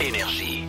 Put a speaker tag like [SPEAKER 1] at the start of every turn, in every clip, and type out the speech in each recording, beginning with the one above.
[SPEAKER 1] Énergie.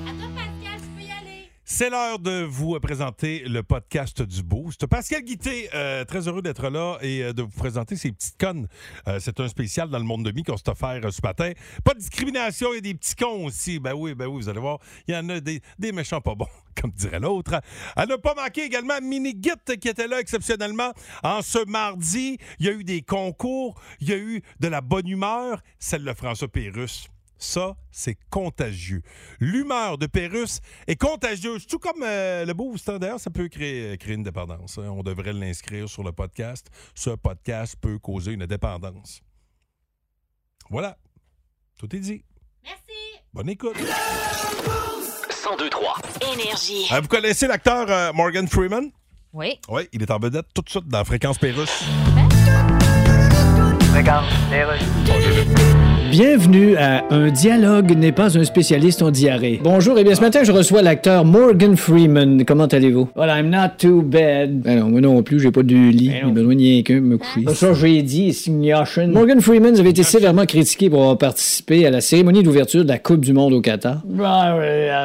[SPEAKER 2] C'est l'heure de vous présenter le podcast du Boost. Pascal Guité, euh, très heureux d'être là et euh, de vous présenter ces petites connes. Euh, c'est un spécial dans le monde de mi qu'on s'est offert euh, ce matin. Pas de discrimination, il y a des petits cons aussi. Ben oui, ben oui, vous allez voir, il y en a des, des méchants pas bons, comme dirait l'autre. À ne pas manquer également Mini Git qui était là exceptionnellement en ce mardi. Il y a eu des concours, il y a eu de la bonne humeur, celle de François Pérusse. Ça, c'est contagieux. L'humeur de Pérus est contagieuse, tout comme euh, le boost. hein. D'ailleurs, ça peut créer, créer une dépendance. hein. On devrait l'inscrire sur le podcast. Ce podcast peut causer une dépendance. Voilà. Tout est dit. Merci. Bonne écoute.
[SPEAKER 1] 1023.
[SPEAKER 3] Énergie.
[SPEAKER 2] Euh, vous connaissez l'acteur euh, Morgan Freeman?
[SPEAKER 4] Oui.
[SPEAKER 2] Oui, il est en vedette tout de suite dans Fréquence Pérus.
[SPEAKER 5] Bienvenue à Un dialogue n'est pas un spécialiste en diarrhée. Bonjour, et bien ce matin, je reçois l'acteur Morgan Freeman. Comment allez-vous? Well, I'm not too bad. Ben non, moi non plus, j'ai pas de lit. J'ai besoin de rien qu'un pour me coucher. Ça, j'ai dit, signation. Morgan Freeman avait été sévèrement critiqué pour avoir participé à la cérémonie d'ouverture de la Coupe du Monde au Qatar.
[SPEAKER 6] Bah,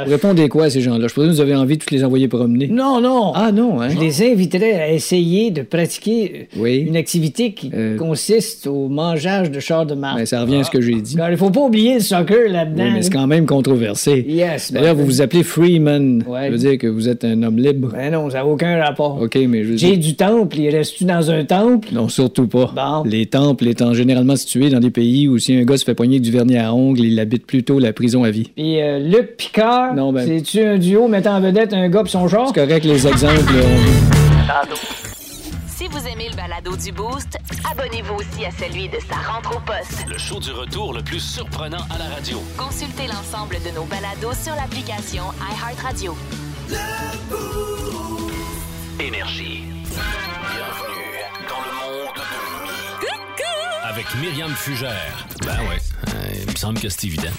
[SPEAKER 5] Vous répondez quoi à ces gens-là? Je pense que vous avez envie de tous les envoyer promener.
[SPEAKER 6] euh, Non, non.
[SPEAKER 5] Ah non, hein?
[SPEAKER 6] Je les inviterais à essayer de pratiquer euh,
[SPEAKER 5] Oui.
[SPEAKER 6] une activité qui
[SPEAKER 5] Euh.
[SPEAKER 6] consiste au mangeage de chars de marde.
[SPEAKER 5] Ben, ça revient à ce que j'ai dit.
[SPEAKER 6] Alors, il faut pas oublier le soccer là-dedans.
[SPEAKER 5] Oui, mais c'est quand même controversé.
[SPEAKER 6] Yes,
[SPEAKER 5] D'ailleurs,
[SPEAKER 6] ben-
[SPEAKER 5] vous vous appelez Freeman.
[SPEAKER 6] Ouais.
[SPEAKER 5] Ça veut dire que vous êtes un homme libre.
[SPEAKER 6] Ben non, ça n'a aucun rapport.
[SPEAKER 5] OK, mais je veux
[SPEAKER 6] J'ai
[SPEAKER 5] dire-
[SPEAKER 6] du temple, il reste-tu dans un temple?
[SPEAKER 5] Non, surtout pas.
[SPEAKER 6] Bon.
[SPEAKER 5] Les temples étant généralement situés dans des pays où si un gars se fait poigner avec du vernis à ongles, il habite plutôt la prison à vie.
[SPEAKER 6] Puis euh, Luc Picard,
[SPEAKER 5] Non, ben-
[SPEAKER 6] c'est-tu un duo mettant en vedette un gars pis son genre?
[SPEAKER 5] C'est correct, les exemples. euh, on-
[SPEAKER 3] Si vous aimez le balado du Boost, abonnez-vous aussi à celui de sa rentre au poste.
[SPEAKER 1] Le show du retour le plus surprenant à la radio.
[SPEAKER 3] Consultez l'ensemble de nos balados sur l'application iHeartRadio.
[SPEAKER 1] Énergie. Bienvenue dans le monde de Mi. Avec Myriam Fugère. Ben ouais, euh, il me semble que c'est évident.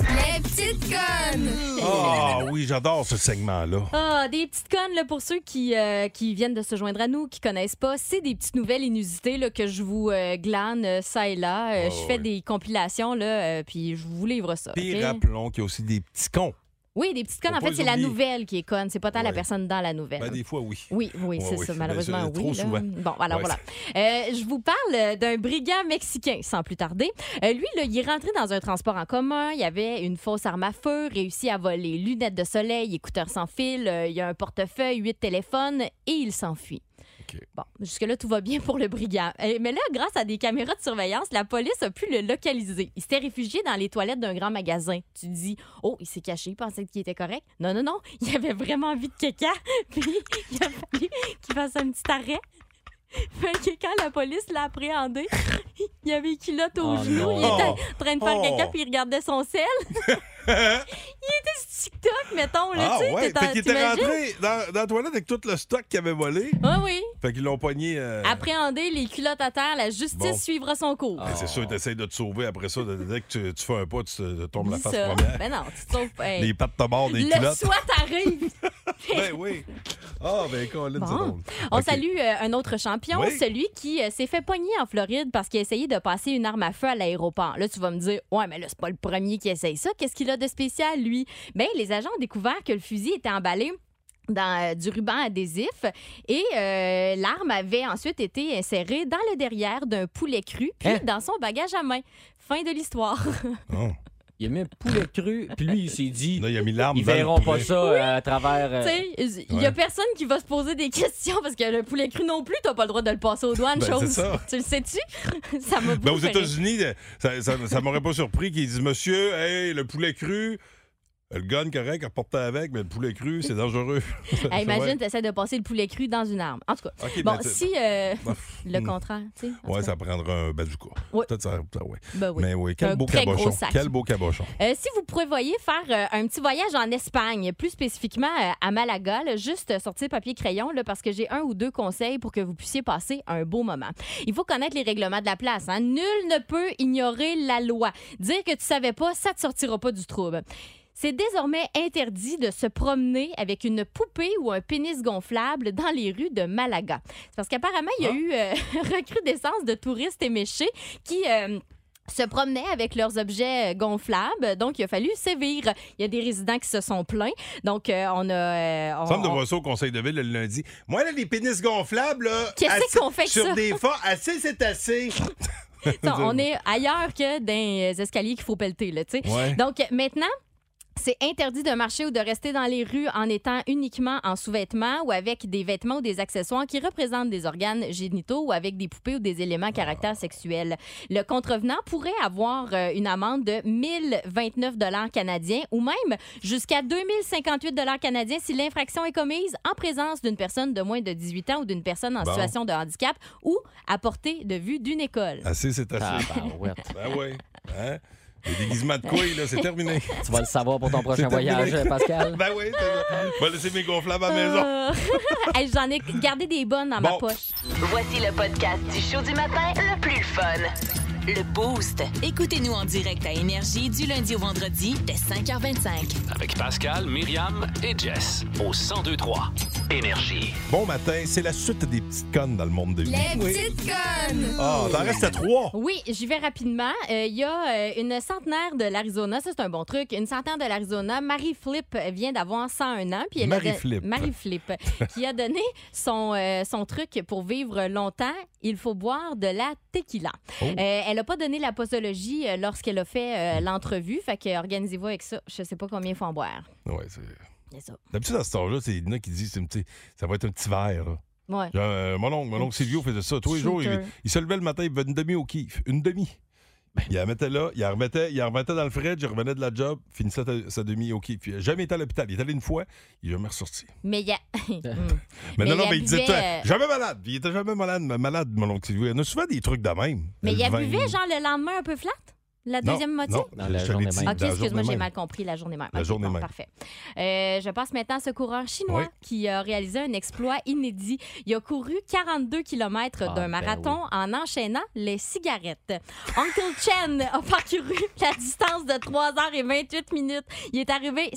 [SPEAKER 7] Les petites connes!
[SPEAKER 2] Ah oui, j'adore ce segment-là.
[SPEAKER 4] Ah, des petites connes, là, pour ceux qui, euh, qui viennent de se joindre à nous, qui connaissent pas, c'est des petites nouvelles inusitées là, que je vous euh, glane euh, ça et là. Euh,
[SPEAKER 2] Ah,
[SPEAKER 4] je fais
[SPEAKER 2] ouais.
[SPEAKER 4] des compilations, là, euh, puis je vous livre ça.
[SPEAKER 2] Puis
[SPEAKER 4] OK?
[SPEAKER 2] rappelons qu'il y a aussi des petits cons.
[SPEAKER 4] Oui, des petites
[SPEAKER 2] Faut
[SPEAKER 4] connes, en
[SPEAKER 2] pas
[SPEAKER 4] fait,
[SPEAKER 2] les
[SPEAKER 4] c'est la
[SPEAKER 2] oublier.
[SPEAKER 4] nouvelle qui est conne. C'est pas tant la
[SPEAKER 2] Ouais.
[SPEAKER 4] personne dans la nouvelle.
[SPEAKER 2] Ben, des fois, oui.
[SPEAKER 4] Oui, oui,
[SPEAKER 2] Ouais,
[SPEAKER 4] c'est
[SPEAKER 2] oui.
[SPEAKER 4] ça,
[SPEAKER 2] Ben,
[SPEAKER 4] malheureusement,
[SPEAKER 2] ça,
[SPEAKER 4] oui.
[SPEAKER 2] trop
[SPEAKER 4] là.
[SPEAKER 2] souvent.
[SPEAKER 4] Bon, alors
[SPEAKER 2] Ouais.
[SPEAKER 4] voilà. Euh, je vous parle euh, d'un brigand mexicain, sans plus tarder. Euh, lui, là, il est rentré dans un transport en commun, il avait une fausse arme à feu, réussi à voler lunettes de soleil, écouteurs sans fil, euh, il a un portefeuille, huit téléphones, et il s'enfuit.
[SPEAKER 2] OK.
[SPEAKER 4] Bon, jusque-là, tout va bien pour le brigand. Euh, Mais là, grâce à des caméras de surveillance, la police a pu le localiser. Il s'était réfugié dans les toilettes d'un grand magasin. Tu te dis, oh, il s'est caché, il pensait qu'il était correct. Non, non, non, il avait vraiment envie de caca. Puis il a fallu qu'il fasse un petit arrêt. Fait que quand la police l'a appréhendé, il avait les culottes aux
[SPEAKER 5] Oh
[SPEAKER 4] genoux,
[SPEAKER 5] non.
[SPEAKER 4] il était en train de faire
[SPEAKER 2] Oh.
[SPEAKER 4] caca puis il regardait son sel. il était sur TikTok, mettons, là,
[SPEAKER 2] Ah
[SPEAKER 4] tu sais,
[SPEAKER 2] ouais,
[SPEAKER 4] t'es en-
[SPEAKER 2] fait qu'il était
[SPEAKER 4] t'imagines?
[SPEAKER 2] rentré dans, dans la toilette avec tout le stock qu'il avait volé.
[SPEAKER 4] Ah oui,
[SPEAKER 2] Fait qu'ils l'ont pogné. euh,
[SPEAKER 4] Ah, appréhendé, les culottes à terre, la justice
[SPEAKER 2] Bon.
[SPEAKER 4] suivra son cours.
[SPEAKER 2] ben, c'est sûr, t'essayes de te sauver après ça. de- Dès que tu, tu fais un pas, tu te- te tombes la
[SPEAKER 4] Dis
[SPEAKER 2] face
[SPEAKER 4] ça.
[SPEAKER 2] première.
[SPEAKER 4] Ben non, tu te sauves pas.
[SPEAKER 2] Les pattes te mordent, des
[SPEAKER 4] Le
[SPEAKER 2] culottes.
[SPEAKER 4] SWAT arrive.
[SPEAKER 2] Ben oui. Ah, ben Colin,
[SPEAKER 4] Bon.
[SPEAKER 2] c'est drôle.
[SPEAKER 4] On
[SPEAKER 2] Ok.
[SPEAKER 4] salue euh, un autre champion,
[SPEAKER 2] Oui.
[SPEAKER 4] celui qui euh, s'est fait pogner en Floride parce qu'il a essayé de passer une arme à feu à l'aéroport. Là, tu vas me dire, ouais, mais là, c'est pas le premier qui essaye ça. Qu'est-ce qu'il a de spécial, lui? Bien, les agents ont découvert que le fusil était emballé dans euh, du ruban adhésif et euh, l'arme avait ensuite été insérée dans le derrière d'un poulet cru puis
[SPEAKER 6] Hein?
[SPEAKER 4] dans son bagage à main. Fin de l'histoire.
[SPEAKER 2] Oh.
[SPEAKER 8] Il a mis un poulet cru, puis lui, il s'est dit
[SPEAKER 2] Là, il a mis l'arme
[SPEAKER 8] ils
[SPEAKER 2] dans le
[SPEAKER 8] verront pas
[SPEAKER 2] poulet.
[SPEAKER 8] ça euh, à travers. euh,
[SPEAKER 4] Tu sais, il y
[SPEAKER 2] ouais.
[SPEAKER 4] a personne qui va se poser des questions parce que le poulet cru non plus, t'as pas le droit de le passer aux douanes,
[SPEAKER 2] Ben, c'est
[SPEAKER 4] chose.
[SPEAKER 2] ça.
[SPEAKER 4] Tu le sais-tu? ça m'a
[SPEAKER 2] Ben,
[SPEAKER 4] beaucoup
[SPEAKER 2] aux
[SPEAKER 4] fait rire.
[SPEAKER 2] États-Unis, euh, ça, ça, ça m'aurait pas surpris qu'ils disent Monsieur, hey, le poulet cru. Le gun correct, reporté avec, mais le poulet cru, c'est dangereux.
[SPEAKER 4] Hey, imagine,
[SPEAKER 2] Ouais.
[SPEAKER 4] t'essaies de passer le poulet cru dans une arme. En tout cas,
[SPEAKER 2] Ok,
[SPEAKER 4] bon,
[SPEAKER 2] ben, c'est-
[SPEAKER 4] si euh, le
[SPEAKER 2] Hmm.
[SPEAKER 4] contraire, tu sais. en tout
[SPEAKER 2] Ouais,
[SPEAKER 4] cas,
[SPEAKER 2] ça prendra un bazooka.
[SPEAKER 4] Ouais.
[SPEAKER 2] Peut-être ça. ça, ouais.
[SPEAKER 4] ben oui.
[SPEAKER 2] Mais oui, quel
[SPEAKER 4] Un
[SPEAKER 2] beau
[SPEAKER 4] très gros
[SPEAKER 2] cabochon.
[SPEAKER 4] sac.
[SPEAKER 2] Quel beau cabochon.
[SPEAKER 4] Euh, si vous prévoyez faire euh, un petit voyage en Espagne, plus spécifiquement euh, à Malaga, là, juste euh, sortir papier crayon là, parce que j'ai un ou deux conseils pour que vous puissiez passer un beau moment. Il faut connaître les règlements de la place. hein. Nul ne peut ignorer la loi. Dire que tu savais pas, ça te sortira pas du trouble. C'est désormais interdit de se promener avec une poupée ou un pénis gonflable dans les rues de Malaga. C'est parce qu'apparemment, il y a eu euh, recrudescence de touristes éméchés qui... euh, se promenaient avec leurs objets euh, gonflables, donc il a fallu sévir. Il y a des résidents qui se sont plaints, donc euh, on a... euh, on-
[SPEAKER 2] Somme de
[SPEAKER 4] on-
[SPEAKER 2] voir ça au conseil de ville le lundi. Moi, là, les pénis gonflables, là,
[SPEAKER 4] Qu'est-ce
[SPEAKER 2] assis-
[SPEAKER 4] qu'on fait que
[SPEAKER 2] sur
[SPEAKER 4] ça?
[SPEAKER 2] des fois, assez, c'est assez.
[SPEAKER 4] Non, on est ailleurs que dans les escaliers qu'il faut pelleter, là, tu sais.
[SPEAKER 2] Ouais.
[SPEAKER 4] Donc, euh, maintenant, c'est interdit de marcher ou de rester dans les rues en étant uniquement en sous-vêtements ou avec des vêtements ou des accessoires qui représentent des organes génitaux ou avec des poupées ou des éléments à caractère sexuel. Le contrevenant pourrait avoir euh, une amende de 1029 dollars canadiens ou même jusqu'à 2058 dollars canadiens si l'infraction est commise en présence d'une personne de moins de 18 ans ou d'une personne en
[SPEAKER 2] Bon.
[SPEAKER 4] situation de handicap ou à portée de vue d'une école.
[SPEAKER 2] Assez, c'est assez.
[SPEAKER 8] Tabarouette.
[SPEAKER 2] Ben oui. Hein? Les déguisements de couilles, là, c'est terminé.
[SPEAKER 8] Tu vas le savoir pour ton prochain
[SPEAKER 2] terminé.
[SPEAKER 8] voyage, euh, Pascal.
[SPEAKER 2] Ben oui, c'est ça. Je vais laisser mes gonflables à la maison.
[SPEAKER 4] Euh, hey, J'en ai gardé des bonnes dans
[SPEAKER 2] Bon.
[SPEAKER 4] ma poche.
[SPEAKER 3] Voici le podcast du show du matin le plus fun. Le Boost. Écoutez-nous en direct à Énergie du lundi au vendredi dès 5h25.
[SPEAKER 1] Avec Pascal, Myriam et Jess au 1023 Énergie.
[SPEAKER 2] Bon matin, c'est la suite des petites connes dans le monde de vie.
[SPEAKER 7] Les petites connes.
[SPEAKER 2] Ah, t'en restes à trois.
[SPEAKER 4] Oui, j'y vais rapidement. Euh, Il y a euh, une centenaire de l'Arizona, ça c'est un bon truc. Une centenaire de l'Arizona, Marie Flip vient d'avoir 101 ans. Puis elle a
[SPEAKER 2] Marie
[SPEAKER 4] don-
[SPEAKER 2] Flip.
[SPEAKER 4] Marie Flip, qui a donné son, euh, son truc pour vivre longtemps. Il faut boire de la tequila.
[SPEAKER 2] Oh.
[SPEAKER 4] Euh, elle n'a pas donné la posologie euh, lorsqu'elle a fait euh, l'entrevue. Fait que euh, organisez-vous avec ça. Je sais pas combien il faut en boire.
[SPEAKER 2] Ouais, c'est-
[SPEAKER 4] C'est ça.
[SPEAKER 2] D'habitude, à ce temps-là, c'est Lina qui dit c'est un petit- ça va être un petit verre. là.
[SPEAKER 4] Ouais.
[SPEAKER 2] Genre, euh, mon oncle, mon oncle Silvio faisait ça tous les jours. Il,
[SPEAKER 4] Shooter.
[SPEAKER 2] il se levait le matin, il buvait une demi au kiff. Une demi.
[SPEAKER 4] Ben.
[SPEAKER 2] Il la mettait là, il la remettait, il la remettait dans le fridge, il revenait de la job, finissait ta- sa demi au kiff. Il n'a jamais été à l'hôpital. Il est allé une fois, il n'est jamais ressorti.
[SPEAKER 4] Mais il y a. Hmm. Mais
[SPEAKER 2] Mais, non, non,
[SPEAKER 4] il
[SPEAKER 2] mais il disait
[SPEAKER 4] buvait, euh,
[SPEAKER 2] jamais malade. Il était jamais malade, malade, mon oncle Silvio. Il y en a souvent des trucs de même.
[SPEAKER 4] Mais il y a
[SPEAKER 2] Le vin.
[SPEAKER 4] buvait, genre, le lendemain un peu flat? La
[SPEAKER 2] Non,
[SPEAKER 4] deuxième moitié?
[SPEAKER 2] non,
[SPEAKER 8] Dans la
[SPEAKER 2] je te l'ai
[SPEAKER 8] journée
[SPEAKER 2] dit,
[SPEAKER 8] même.
[SPEAKER 2] dans
[SPEAKER 4] Ok,
[SPEAKER 2] la journée
[SPEAKER 4] excuse-moi, j'ai
[SPEAKER 2] même.
[SPEAKER 4] mal compris la journée même.
[SPEAKER 2] La
[SPEAKER 4] Ok,
[SPEAKER 2] journée
[SPEAKER 4] bon,
[SPEAKER 2] même.
[SPEAKER 4] Parfait. Euh, je passe maintenant à ce coureur chinois
[SPEAKER 2] Oui.
[SPEAKER 4] qui a réalisé un exploit inédit. Il a couru 42 km
[SPEAKER 8] Ah,
[SPEAKER 4] d'un
[SPEAKER 8] ben
[SPEAKER 4] marathon en enchaînant les cigarettes. Uncle Chen a parcouru la distance de 3 heures et 28 minutes. Il est arrivé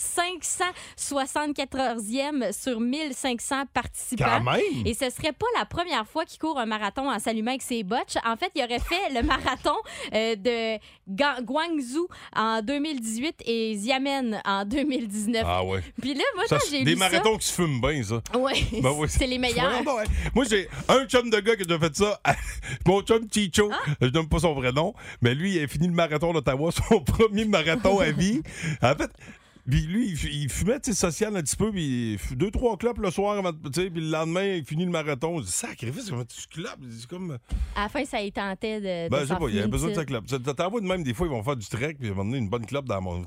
[SPEAKER 4] 574e sur 1500 participants.
[SPEAKER 2] Quand même!
[SPEAKER 4] Et ce serait pas la première fois qu'il court un marathon en s'allumant avec ses botches. En fait, il aurait fait le marathon euh, de Ga- Guangzhou en 2018 et Xiamen en 2019.
[SPEAKER 2] Ah ouais.
[SPEAKER 4] Puis là, moi,
[SPEAKER 2] Ça,
[SPEAKER 4] quand
[SPEAKER 2] c'est
[SPEAKER 4] euh, j'ai lu
[SPEAKER 2] des marathons qui se fument bien, ça.
[SPEAKER 4] ça... Ouais,
[SPEAKER 2] Ben oui.
[SPEAKER 4] c'est les meilleurs.
[SPEAKER 2] Voyons donc, hein. Moi, j'ai un chum de gars qui a fait ça. Mon chum Chicho,
[SPEAKER 4] Ah.
[SPEAKER 2] je donne pas son vrai nom, mais lui, il a fini le marathon d'Ottawa, son premier marathon à vie. En fait, puis lui, il fu- il fumait, tu sais, social un petit peu, puis il fu- deux, trois clopes le soir, avant de- tu sais, puis le lendemain, il finit le marathon. Je dis, sacrifice, comment tu clopes? C'est comme.
[SPEAKER 4] À la fin, ça y tentait de.
[SPEAKER 2] Ben,
[SPEAKER 4] de
[SPEAKER 2] je sais
[SPEAKER 4] s'en
[SPEAKER 2] pas, il y a
[SPEAKER 4] finir,
[SPEAKER 2] besoin de
[SPEAKER 4] tu
[SPEAKER 2] sa
[SPEAKER 4] sais.
[SPEAKER 2] clope. Ça- T'en vois de même, des fois, ils vont faire du trek, puis ils vont donner une bonne clope dans mon.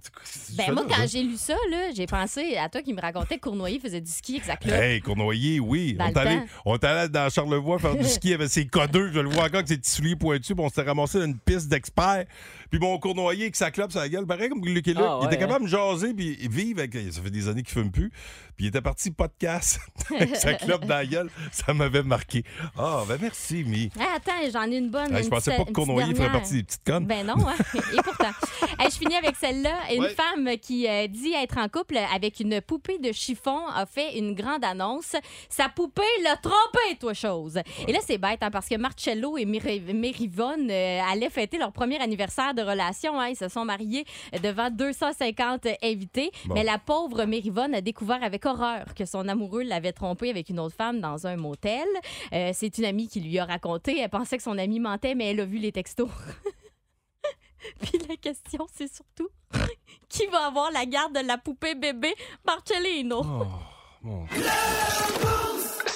[SPEAKER 4] Ben, moi,
[SPEAKER 2] hein.
[SPEAKER 4] quand j'ai lu ça, là, j'ai pensé à toi qui me racontais que Cournoyer faisait du ski exactement.
[SPEAKER 2] Hey, Cournoyer, oui.
[SPEAKER 4] Dans
[SPEAKER 2] on
[SPEAKER 4] le
[SPEAKER 2] est allé-
[SPEAKER 4] temps.
[SPEAKER 2] on est allé dans Charlevoix faire du ski avec ses codeux. Je le vois encore avec ses petits souliers pointus. puis on s'était ramassé dans une piste d'experts. Puis mon Cournoyer, avec sa clope sur la gueule, pareil comme Lucky Luke.
[SPEAKER 8] Ah, ouais,
[SPEAKER 2] il était
[SPEAKER 8] hein.
[SPEAKER 2] capable de jaser puis vivre avec. Ça fait des années qu'il fume plus. Puis il était parti podcast avec sa clope dans la gueule. Ça m'avait marqué. Ah, ben merci, Mi.
[SPEAKER 4] Ah, attends, j'en ai une bonne.
[SPEAKER 2] Ah,
[SPEAKER 4] une
[SPEAKER 2] je pensais
[SPEAKER 4] petite-
[SPEAKER 2] pas
[SPEAKER 4] une
[SPEAKER 2] que
[SPEAKER 4] petite
[SPEAKER 2] Cournoyer ferait
[SPEAKER 4] dernière.
[SPEAKER 2] partie des petites connes.
[SPEAKER 4] Ben non, hein. et pourtant. Hey, je finis avec celle-là. Une
[SPEAKER 2] Ouais.
[SPEAKER 4] femme qui euh, dit être en couple avec une poupée de chiffon a fait une grande annonce. Sa poupée l'a trompé, toi, chose. Et là, c'est bête, hein, parce que Marcello et Mir- Mérivonne euh, allaient fêter leur premier anniversaire de relation. hein. Ils se sont mariés devant 250 invités.
[SPEAKER 2] Bon.
[SPEAKER 4] Mais la pauvre Mérivonne a découvert avec horreur que son amoureux l'avait trompée avec une autre femme dans un motel. Euh, c'est une amie qui lui a raconté. Elle pensait que son ami mentait, mais elle a vu les textos. Puis la question, c'est surtout qui va avoir la garde de la poupée bébé Marcellino?
[SPEAKER 2] Bon.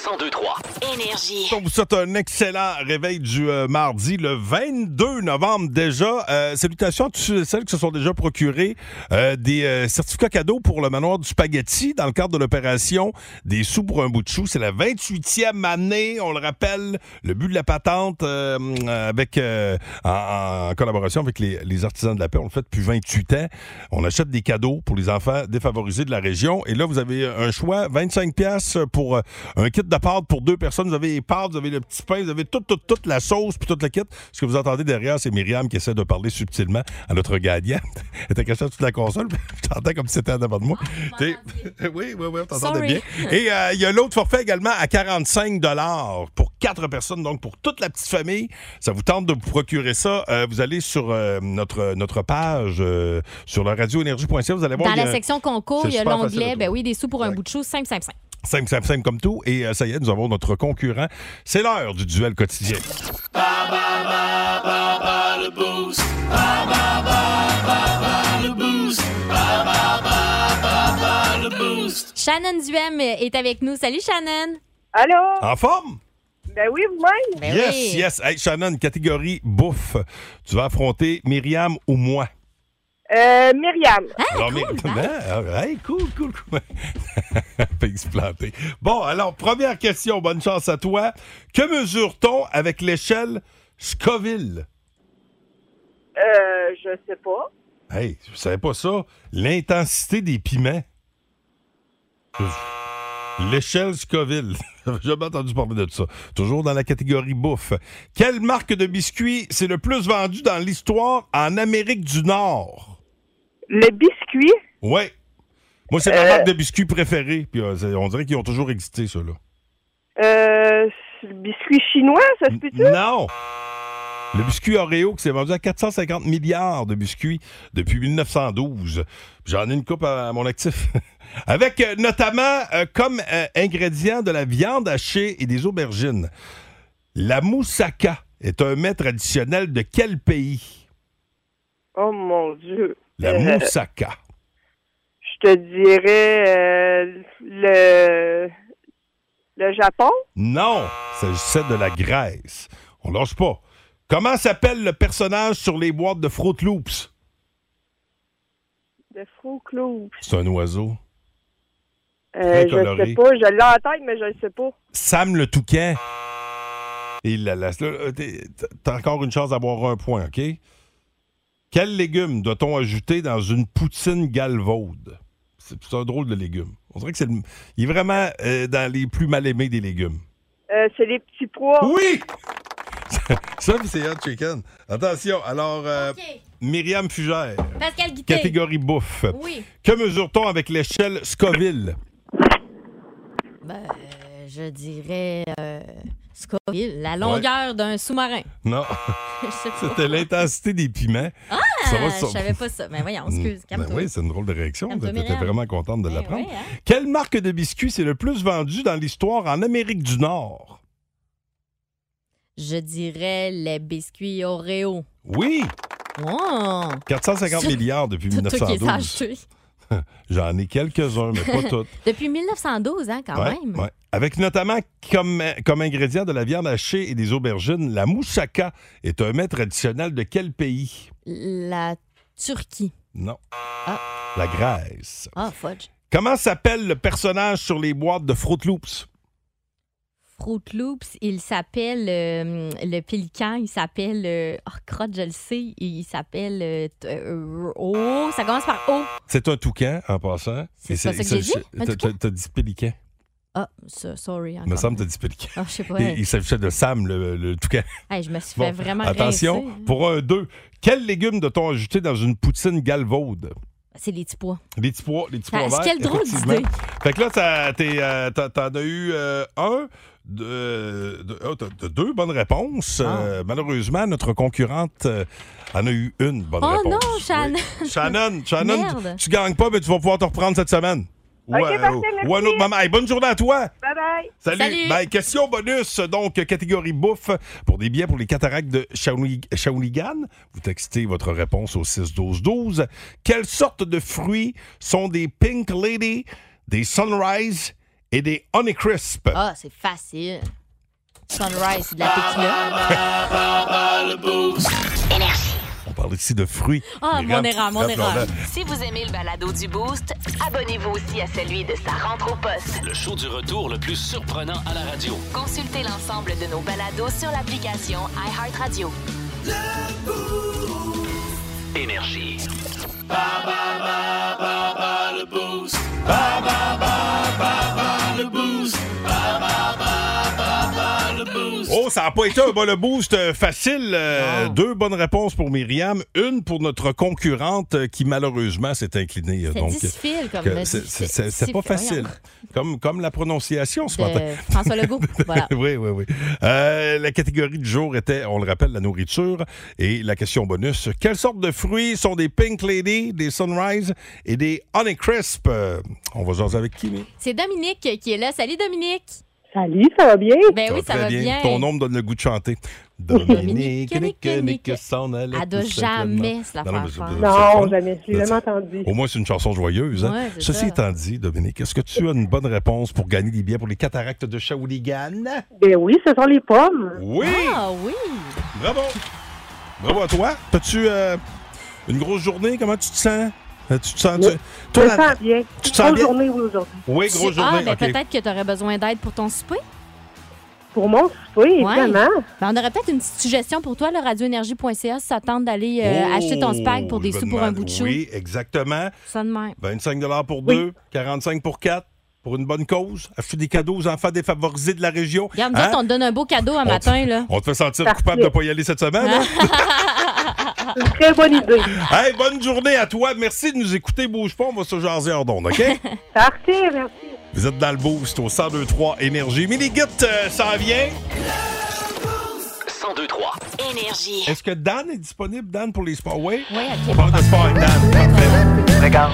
[SPEAKER 1] 1023
[SPEAKER 3] Énergie.
[SPEAKER 2] Donc, c'est un excellent réveil du euh, mardi, le 22 novembre déjà. Euh, salutations à tous celles qui se sont déjà procurées euh, des euh, certificats cadeaux pour le manoir du spaghetti dans le cadre de l'opération des sous pour un bout de chou. C'est la 28e année, on le rappelle, le but de la patente euh, euh, avec euh, en, en collaboration avec les, les artisans de la paix. On le fait depuis 28 ans. On achète des cadeaux pour les enfants défavorisés de la région. Et là, vous avez un choix, 25 pièces pour euh, un kit de pâtes pour deux personnes personnes. Vous avez les pâtes, vous avez le petit pain, vous avez toute, toute, toute la sauce, puis toute la kit. Ce que vous entendez derrière, c'est Myriam qui essaie de parler subtilement à notre gagnant. Elle était cachée toute la console, puis je t'entends comme si c'était en avant de moi. T'sais, oui, oui, oui, on
[SPEAKER 4] Sorry.
[SPEAKER 2] t'entendait bien. Et euh, il y a l'autre forfait également à 45 pour quatre personnes, donc pour toute la petite famille. Ça vous tente de vous procurer ça. euh, vous allez sur euh, notre, notre page, euh, sur le radioénergie.ca, vous allez voir.
[SPEAKER 4] Dans
[SPEAKER 2] il y a
[SPEAKER 4] la
[SPEAKER 2] un-
[SPEAKER 4] section concours,
[SPEAKER 2] c'est
[SPEAKER 4] il y a
[SPEAKER 2] super facile à
[SPEAKER 4] l'onglet,
[SPEAKER 2] trouver.
[SPEAKER 4] ben oui, des sous pour un bout de chou, simple, simple, simple.
[SPEAKER 2] Simple, simple, simple comme tout. Et euh, ça y est, nous avons notre concurrent. C'est l'heure du duel quotidien.
[SPEAKER 4] Shannon Duhem est avec nous. Salut Shannon!
[SPEAKER 9] Allô?
[SPEAKER 2] En forme?
[SPEAKER 9] Ben oui, vous-même?
[SPEAKER 4] Ben
[SPEAKER 2] yes,
[SPEAKER 4] oui.
[SPEAKER 2] yes. Hey, Shannon, catégorie bouffe. Tu vas affronter Myriam ou moi?
[SPEAKER 9] Euh, Myriam.
[SPEAKER 2] Alors, mais- Ben, ah, hey, cool, cool, cool. Fait se planter. Bon, alors, première question. Bonne chance à toi. Que mesure-t-on avec l'échelle Scoville?
[SPEAKER 9] Euh, je sais pas.
[SPEAKER 2] Hey, vous savez pas ça? L'intensité des piments. L'échelle Scoville. J'avais jamais entendu parler de ça. Toujours dans la catégorie bouffe. Quelle marque de biscuits c'est le plus vendu dans l'histoire en Amérique du Nord?
[SPEAKER 9] Le biscuit?
[SPEAKER 2] Ouais. Moi, c'est ma
[SPEAKER 9] Euh.
[SPEAKER 2] marque de biscuits préférée. Puis euh, c'est- on dirait qu'ils ont toujours existé, ceux-là.
[SPEAKER 9] Euh, le biscuit chinois, ça se peut-tu?
[SPEAKER 2] Non! Le biscuit Oreo qui s'est vendu à 450 milliards de biscuits depuis 1912. J'en ai une coupe à, à mon actif. Avec euh, notamment euh, comme euh, ingrédient de la viande hachée et des aubergines. La moussaka est un mets traditionnel de quel pays?
[SPEAKER 9] Oh mon Dieu.
[SPEAKER 2] La
[SPEAKER 9] Euh.
[SPEAKER 2] moussaka.
[SPEAKER 9] Je te dirais euh, le le Japon?
[SPEAKER 2] Non, il s'agissait de la Grèce. On lâche pas. Comment s'appelle le personnage sur les boîtes de Fruit Loops?
[SPEAKER 9] Le Fruit Loops.
[SPEAKER 2] C'est un oiseau.
[SPEAKER 9] Euh,
[SPEAKER 2] Très coloré.
[SPEAKER 9] je sais pas, je l'ai en tête, mais je le sais pas.
[SPEAKER 2] Sam le Toucan. Et il la laisse. Là, euh, t'es- t'as encore une chance d'avoir un point, OK? Quel légume doit-on ajouter dans une poutine galvaude? C'est c'est un drôle de légume. On dirait que c'est le- il est vraiment euh, dans les plus mal aimés des légumes.
[SPEAKER 9] Euh, c'est les petits pois.
[SPEAKER 2] Oui! Ça, puis c'est hot chicken. Attention, alors, euh, Myriam Fugère,
[SPEAKER 4] Pascal Guité.
[SPEAKER 2] catégorie bouffe.
[SPEAKER 4] Oui.
[SPEAKER 2] Que mesure-t-on avec l'échelle Scoville?
[SPEAKER 4] Ben, euh, je dirais euh, Scoville, la longueur d'un sous-marin.
[SPEAKER 2] Non,
[SPEAKER 4] je sais pas.
[SPEAKER 2] c'était l'intensité des piments. Ça va,
[SPEAKER 4] Ah,
[SPEAKER 2] ça-
[SPEAKER 4] je savais pas ça. Mais voyons, excuse,
[SPEAKER 2] Ben
[SPEAKER 4] calme-toi.
[SPEAKER 2] oui, c'est une drôle de réaction.
[SPEAKER 4] Calme-toi,
[SPEAKER 2] T'étais
[SPEAKER 4] Myriam.
[SPEAKER 2] vraiment contente de
[SPEAKER 4] Ben
[SPEAKER 2] l'apprendre.
[SPEAKER 4] oui, hein.
[SPEAKER 2] Quelle marque de biscuits c'est le plus vendu dans l'histoire en Amérique du Nord?
[SPEAKER 4] Je dirais les biscuits Oreo.
[SPEAKER 2] Oui,
[SPEAKER 4] Oh!
[SPEAKER 2] 450
[SPEAKER 4] C'est-
[SPEAKER 2] milliards depuis
[SPEAKER 4] Tout ce qui est
[SPEAKER 2] 1912.
[SPEAKER 4] acheté.
[SPEAKER 2] J'en ai quelques-uns, mais pas toutes.
[SPEAKER 4] Depuis 1912, hein, quand
[SPEAKER 2] Ouais,
[SPEAKER 4] même.
[SPEAKER 2] ouais. Avec notamment comme, comme ingrédient de la viande hachée et des aubergines, la moussaka est un mets traditionnel de quel pays?
[SPEAKER 4] La Turquie.
[SPEAKER 2] Non. La Grèce.
[SPEAKER 4] Ah, fudge.
[SPEAKER 2] Comment s'appelle le personnage sur les boîtes de Fruit Loops?
[SPEAKER 4] Fruit Loops, il s'appelle euh, le pélican, il s'appelle euh, oh crotte, je le sais, il s'appelle euh, t- euh, oh, ça commence par O.
[SPEAKER 2] C'est un toucan, en passant.
[SPEAKER 4] C'est
[SPEAKER 2] Et
[SPEAKER 4] pas ça que j'ai dit, un
[SPEAKER 2] t'as-
[SPEAKER 4] toucan?
[SPEAKER 2] t'as- T'as dit pélican.
[SPEAKER 4] Ah, ça, sorry
[SPEAKER 2] Il me
[SPEAKER 4] encore.
[SPEAKER 2] semble que t'as dit Pélican.
[SPEAKER 4] Ah, je sais pas.
[SPEAKER 2] Et Il s'agissait de Sam, le, le toucan.
[SPEAKER 4] Hey, je me suis
[SPEAKER 2] Bon,
[SPEAKER 4] fait vraiment
[SPEAKER 2] attention,
[SPEAKER 4] rincer.
[SPEAKER 2] pour un 2, quel légume doit-on ajouter dans une poutine galvaude?
[SPEAKER 4] C'est les petits pois.
[SPEAKER 2] Les petits pois, les petits pois
[SPEAKER 4] Ah,
[SPEAKER 2] verts.
[SPEAKER 4] quelle drôle
[SPEAKER 2] effectivement.
[SPEAKER 4] d'idée.
[SPEAKER 2] Fait que là, ça- t'es, euh, t'en t'en as eu euh, un, deux, deux- oh, t'as- t'as deux bonnes réponses.
[SPEAKER 4] Ah.
[SPEAKER 2] Euh, malheureusement, notre concurrente euh, en a eu une bonne
[SPEAKER 4] Oh
[SPEAKER 2] réponse.
[SPEAKER 4] non, Shannon.
[SPEAKER 2] Oui. Shannon, Shannon,
[SPEAKER 4] Merde.
[SPEAKER 2] tu, tu gagnes pas, mais tu vas pouvoir te reprendre cette semaine. Ou,
[SPEAKER 9] Ok, parfait,
[SPEAKER 2] ou un
[SPEAKER 9] merci.
[SPEAKER 2] autre moment. Hey, bonne journée à toi!
[SPEAKER 9] Bye bye.
[SPEAKER 2] Salut.
[SPEAKER 4] Salut.
[SPEAKER 2] Ben, question bonus, donc catégorie bouffe pour des billets pour les cataractes de Shawni- Shawinigan. Vous textez votre réponse au 6-12-12. Quelle sorte de fruits sont des Pink Lady, des Sunrise et des Honeycrisp?
[SPEAKER 4] Ah, c'est facile. Sunrise, c'est de la tequila.
[SPEAKER 2] On parle ici de fruits.
[SPEAKER 4] Ah, mon
[SPEAKER 2] Myriam,
[SPEAKER 4] erreur, mon
[SPEAKER 2] rappelons-le.
[SPEAKER 4] erreur.
[SPEAKER 3] Si vous aimez le balado du Boost, abonnez-vous aussi à celui de sa rentre au poste.
[SPEAKER 1] Le show du retour le plus surprenant à la radio.
[SPEAKER 3] Consultez l'ensemble de nos balados sur l'application iHeartRadio.
[SPEAKER 1] Énergie.
[SPEAKER 2] Oh, ça n'a pas été un bas le boost euh, facile.
[SPEAKER 4] Ah.
[SPEAKER 2] Euh, deux bonnes réponses pour Myriam, une pour notre concurrente euh, qui malheureusement s'est inclinée. euh,
[SPEAKER 4] C'est
[SPEAKER 2] donc,
[SPEAKER 4] difficile comme.
[SPEAKER 2] que c'est- c'est- c'est c'est pas facile. Comme, comme la prononciation ce matin.
[SPEAKER 4] De Ah. François Legault. Voilà.
[SPEAKER 2] oui, oui, oui. Euh, la catégorie du jour était, on le rappelle, la nourriture. Et la question bonus, quelles sortes de fruits sont des Pink Lady, des Sunrise et des Honeycrisp? Euh, on va jaser avec qui, mais?
[SPEAKER 4] C'est Dominique qui est là. Salut Dominique.
[SPEAKER 9] Salut, ça va bien?
[SPEAKER 4] Ben oui, ça
[SPEAKER 2] très
[SPEAKER 4] va bien.
[SPEAKER 2] Ton nom me donne le goût de chanter. Dominique, Nick,
[SPEAKER 4] Nick,
[SPEAKER 2] Nick,
[SPEAKER 4] Nick.
[SPEAKER 2] s'en allait
[SPEAKER 4] Elle doit
[SPEAKER 2] tout simplement.
[SPEAKER 4] jamais se la
[SPEAKER 2] Non, non, mais
[SPEAKER 4] faire
[SPEAKER 2] c'est-
[SPEAKER 4] faire.
[SPEAKER 9] Non,
[SPEAKER 2] c'est-
[SPEAKER 9] jamais. Je l'ai
[SPEAKER 2] Là,
[SPEAKER 9] jamais entendu.
[SPEAKER 2] Au moins, c'est une chanson joyeuse. hein?
[SPEAKER 4] Ouais, c'est
[SPEAKER 2] Ceci
[SPEAKER 4] ça.
[SPEAKER 2] étant dit, Dominique, est-ce que tu as une bonne réponse pour gagner des billets pour les cataractes de Shawligan?
[SPEAKER 9] Ben oui, ce sont les pommes.
[SPEAKER 2] Oui!
[SPEAKER 4] Ah oui.
[SPEAKER 2] Bravo! Bravo à toi. T'as-tu euh, une grosse journée? Comment tu te sens? Euh, Tu te sens... tu-
[SPEAKER 9] Je
[SPEAKER 2] Toi,
[SPEAKER 9] me
[SPEAKER 2] la-
[SPEAKER 9] sens bien.
[SPEAKER 2] tu te sens
[SPEAKER 9] Bonne
[SPEAKER 2] bien?
[SPEAKER 9] journée oui, aujourd'hui.
[SPEAKER 2] Oui,
[SPEAKER 4] Tu-
[SPEAKER 2] grosse
[SPEAKER 4] ah,
[SPEAKER 2] journée.
[SPEAKER 4] ben
[SPEAKER 2] OK.
[SPEAKER 4] peut-être que tu aurais besoin d'aide pour ton souper.
[SPEAKER 9] Pour mon souper,
[SPEAKER 4] Ouais.
[SPEAKER 9] évidemment.
[SPEAKER 4] Ben, on aurait peut-être une petite suggestion pour toi, le radioénergie.ca, si ça tente d'aller euh,
[SPEAKER 2] Oh,
[SPEAKER 4] acheter ton spag pour des
[SPEAKER 2] je me
[SPEAKER 4] sous pour un
[SPEAKER 2] demande-
[SPEAKER 4] bout de chou.
[SPEAKER 2] Oui, exactement.
[SPEAKER 4] Ça de même.
[SPEAKER 2] 25 pour deux, 45 pour quatre, pour une bonne cause. Acheter des cadeaux aux enfants défavorisés de la région.
[SPEAKER 4] Regarde,
[SPEAKER 2] Hein?
[SPEAKER 4] nous autres, on te donne un beau cadeau un
[SPEAKER 2] te-
[SPEAKER 4] matin, là.
[SPEAKER 2] On te fait sentir
[SPEAKER 9] Parfait.
[SPEAKER 2] coupable de ne pas y aller cette semaine. hein?
[SPEAKER 9] Une très bonne idée.
[SPEAKER 2] Hey, bonne journée à toi. Merci de nous écouter. Bouge pas, on va se jaser hors d'onde, OK?
[SPEAKER 9] Parfait, merci.
[SPEAKER 2] Vous êtes dans le boost au 1023 Énergie. Minigit, euh, ça vient.
[SPEAKER 1] 1023.
[SPEAKER 3] Énergie.
[SPEAKER 2] Est-ce que Dan est disponible, Dan, pour les sports? Oui.
[SPEAKER 4] Oui,
[SPEAKER 2] On
[SPEAKER 4] OK.
[SPEAKER 2] parle de sport avec Dan. Ah,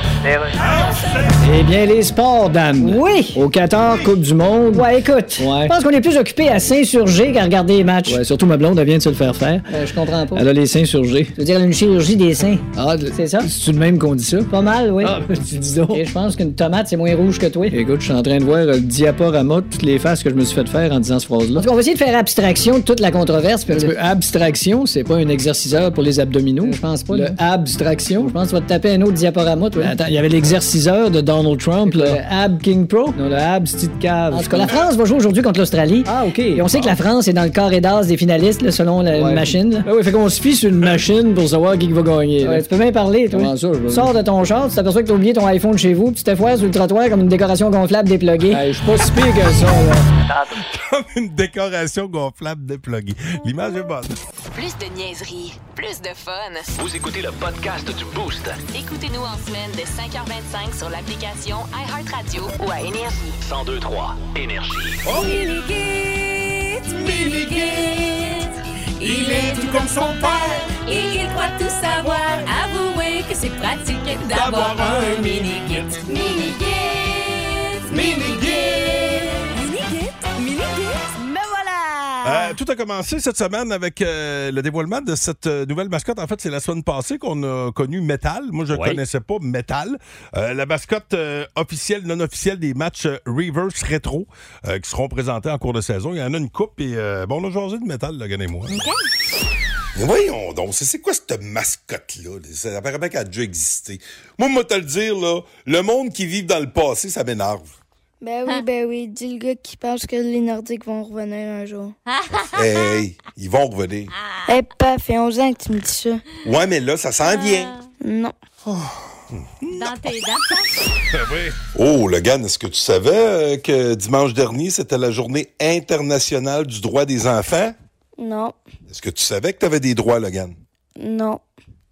[SPEAKER 5] Eh bien, les sports, Dan.
[SPEAKER 6] Oui!
[SPEAKER 5] Au Qatar, Coupe du Monde.
[SPEAKER 6] Ouais, écoute,
[SPEAKER 5] Ouais.
[SPEAKER 6] je pense qu'on est plus occupé à s'insurger qu'à regarder les matchs.
[SPEAKER 5] Ouais, surtout ma blonde, elle vient de se le faire faire.
[SPEAKER 6] Euh, je comprends pas.
[SPEAKER 5] Elle a les seins surgés.
[SPEAKER 6] Tu veux dire une chirurgie des seins?
[SPEAKER 5] Ah,
[SPEAKER 6] C'est ça?
[SPEAKER 5] C'est-tu le même qu'on dit ça?
[SPEAKER 6] Pas mal, oui.
[SPEAKER 5] Ah, tu dis donc.
[SPEAKER 6] Et je pense qu'une tomate, c'est moins rouge que toi.
[SPEAKER 5] Écoute, je suis en train de voir euh, le diaporama de toutes les faces que je me suis fait faire en disant cette phrase-là.
[SPEAKER 6] En tout cas, on va essayer de faire abstraction de toute la controverse. puis-
[SPEAKER 5] Un petit peu Abstraction, c'est pas un exerciceur pour les abdominaux.
[SPEAKER 6] Je pense pas,
[SPEAKER 5] Le
[SPEAKER 6] non.
[SPEAKER 5] abstraction.
[SPEAKER 6] Je pense que tu vas te taper un autre diaporama, toi.
[SPEAKER 5] Attends, il y avait l'exerciceur de Donald Trump, là. Le Ab King Pro. Non, le Ab Steve Cave.
[SPEAKER 6] En tout cas, la France va jouer aujourd'hui contre l'Australie.
[SPEAKER 5] Ah, OK.
[SPEAKER 6] Et on sait que la France est dans le carré d'as des finalistes, là, selon la
[SPEAKER 5] Ouais.
[SPEAKER 6] une machine. là.
[SPEAKER 5] Ah oui, fait qu'on se fie sur une machine pour savoir qui qui va gagner. là.
[SPEAKER 6] Ouais, tu peux bien parler, toi.
[SPEAKER 5] Comment ça, je veux-
[SPEAKER 6] Sors de ton char, tu t'aperçois que t'as oublié ton iPhone chez vous, puis tu te foires sur le trottoir comme une décoration gonflable dépluguée.
[SPEAKER 5] Hey, je suis pas si pire que ça, là.
[SPEAKER 2] Comme une décoration gonflable dépluguée.
[SPEAKER 4] Oh,
[SPEAKER 2] L'image est bonne.
[SPEAKER 3] Plus de niaiserie, plus de fun.
[SPEAKER 1] Vous écoutez le podcast du Boost.
[SPEAKER 3] Écoutez-nous en semaine de 5h25 sur l'application iHeartRadio ou à Énergie.
[SPEAKER 1] 1023. Énergie.
[SPEAKER 7] Il est tout comme son père. Il croit tout savoir. Avouez que c'est pratique d'avoir un mini-kit. Mini-kit. Mini-kit. Mini-kit. Me voilà.
[SPEAKER 2] Euh, tout a commencé cette semaine avec euh, le dévoilement de cette euh, nouvelle mascotte. En fait, c'est la semaine passée qu'on a connu Metal. Moi, je ne
[SPEAKER 1] Ouais.
[SPEAKER 2] connaissais pas Metal. Euh, la mascotte euh, officielle, non officielle des matchs euh, Reverse Retro euh, qui seront présentés en cours de saison. Il y en a une coupe et euh, bon, on a jasé de Metal, là, gagnez-moi. Mais Voyons donc, c'est- c'est quoi cette mascotte-là? là? Ça apparaît bien qu'elle a déjà existé. Moi, moi, te le dire, là, le monde qui vit dans le passé, ça m'énerve.
[SPEAKER 10] Ben oui, ben oui. Dis le gars qui pense que les Nordiques vont revenir un jour.
[SPEAKER 2] hey, ils vont revenir.
[SPEAKER 10] Eh, hey, paf, fait 11 ans que tu me dis ça.
[SPEAKER 2] Ouais, mais là, ça s'en vient.
[SPEAKER 10] Non.
[SPEAKER 4] Dans tes dents.
[SPEAKER 2] Oh, Logan, est-ce que tu savais euh, que dimanche dernier, c'était la journée internationale du droit des enfants?
[SPEAKER 10] Non.
[SPEAKER 2] Est-ce que tu savais que tu avais des droits, Logan?
[SPEAKER 10] Non.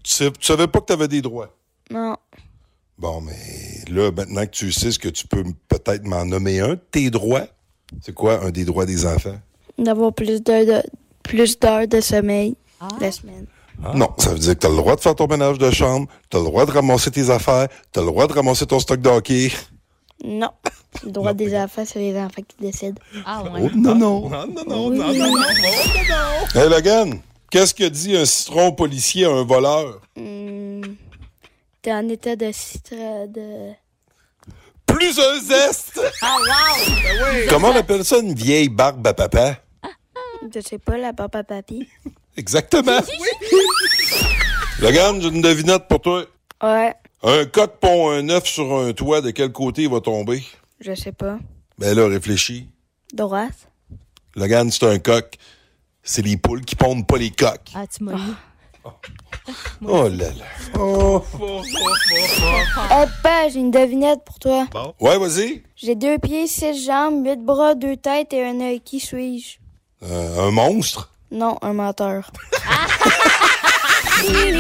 [SPEAKER 2] Tu, sais- tu savais pas que tu avais des droits?
[SPEAKER 10] Non.
[SPEAKER 2] Bon, mais là, maintenant que tu sais ce que tu peux m- peut-être m'en nommer un de tes droits, c'est quoi un des droits des enfants?
[SPEAKER 10] D'avoir plus d'heures de, plus d'heures de sommeil la semaine.
[SPEAKER 2] Non, ça veut dire que tu as le droit de faire ton ménage de chambre, tu as le droit de ramasser tes affaires, tu as le droit de ramasser ton stock de hockey.
[SPEAKER 10] Non. Le droit des enfants, c'est les enfants qui décident.
[SPEAKER 4] Ah ouais.
[SPEAKER 2] Oh, non, non. Non, non, non, non, non, non, Hey, Logan, qu'est-ce que dit un citron policier à un voleur?
[SPEAKER 10] Hmm. T'es en état de citra de.
[SPEAKER 2] plus un zeste.
[SPEAKER 4] Ah wow!
[SPEAKER 2] Ben Comment on appelle ça une vieille barbe à papa?
[SPEAKER 10] Je sais pas, la papa papy.
[SPEAKER 2] Exactement. Regarde, j'ai une devinette pour toi.
[SPEAKER 10] Ouais.
[SPEAKER 2] Un coq pond un œuf sur un toit, de quel côté il va tomber?
[SPEAKER 10] Je sais pas.
[SPEAKER 2] Ben là, réfléchis.
[SPEAKER 10] Droite.
[SPEAKER 2] Logan, c'est un coq. C'est les poules qui pondent pas les coqs.
[SPEAKER 4] Ah, tu m'as eu.
[SPEAKER 2] Oh là là.
[SPEAKER 10] Eh, paf, j'ai une devinette pour toi.
[SPEAKER 2] Ouais, vas-y.
[SPEAKER 10] J'ai deux pieds, six jambes, huit bras, deux têtes et un œil. Qui suis-je?
[SPEAKER 2] Euh, un monstre?
[SPEAKER 10] Non, un menteur.
[SPEAKER 7] Minigit,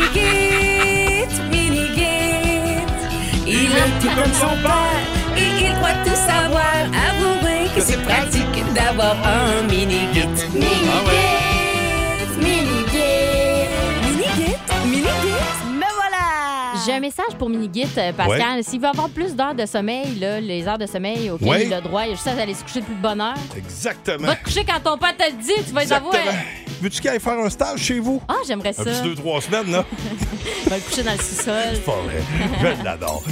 [SPEAKER 7] Minigit, il est tout comme son père et il croit tout savoir. Avouez que c'est pratique d'avoir un Minigit. Minigit, Minigit, Minigit, Minigit.
[SPEAKER 4] Me voilà! J'ai un message pour Minigit, euh, Pascal. S'il veut avoir plus d'heures de sommeil, là, les heures de sommeil auxquelles
[SPEAKER 2] Ouais.
[SPEAKER 4] il a droit, il a juste à aller se coucher de plus de bonne heure.
[SPEAKER 2] Exactement.
[SPEAKER 4] Va te coucher quand ton père te le dit, tu vas les avoir.
[SPEAKER 2] Exactement. Veux-tu qu'elle aille faire un stage chez vous?
[SPEAKER 4] Ah, j'aimerais hein. ça.
[SPEAKER 2] Un petit deux, trois semaines, là.
[SPEAKER 4] Va le coucher dans le sous-sol.
[SPEAKER 2] C'est pas vrai. Je l'adore.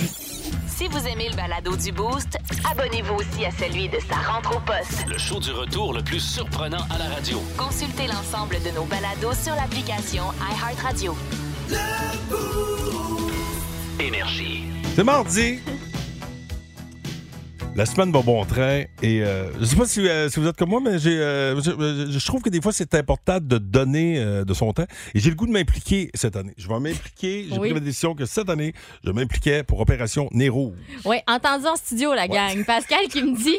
[SPEAKER 3] Si vous aimez le balado du Boost, abonnez-vous aussi à celui de sa rentre au poste.
[SPEAKER 1] Le show du retour le plus surprenant à la radio.
[SPEAKER 3] Consultez l'ensemble de nos balados sur l'application iHeartRadio.
[SPEAKER 1] Énergie.
[SPEAKER 2] C'est mardi. La semaine va bon train et euh, je sais pas si, euh, si vous êtes comme moi, mais j'ai, euh, je, je- je trouve que des fois c'est important de donner euh, de son temps et j'ai le goût de m'impliquer cette année. Je vais m'impliquer. J'ai
[SPEAKER 4] Oui.
[SPEAKER 2] pris la décision que cette année, je m'impliquais pour Opération Nero.
[SPEAKER 4] Oui, entendu en studio, la gang. Pascal qui me dit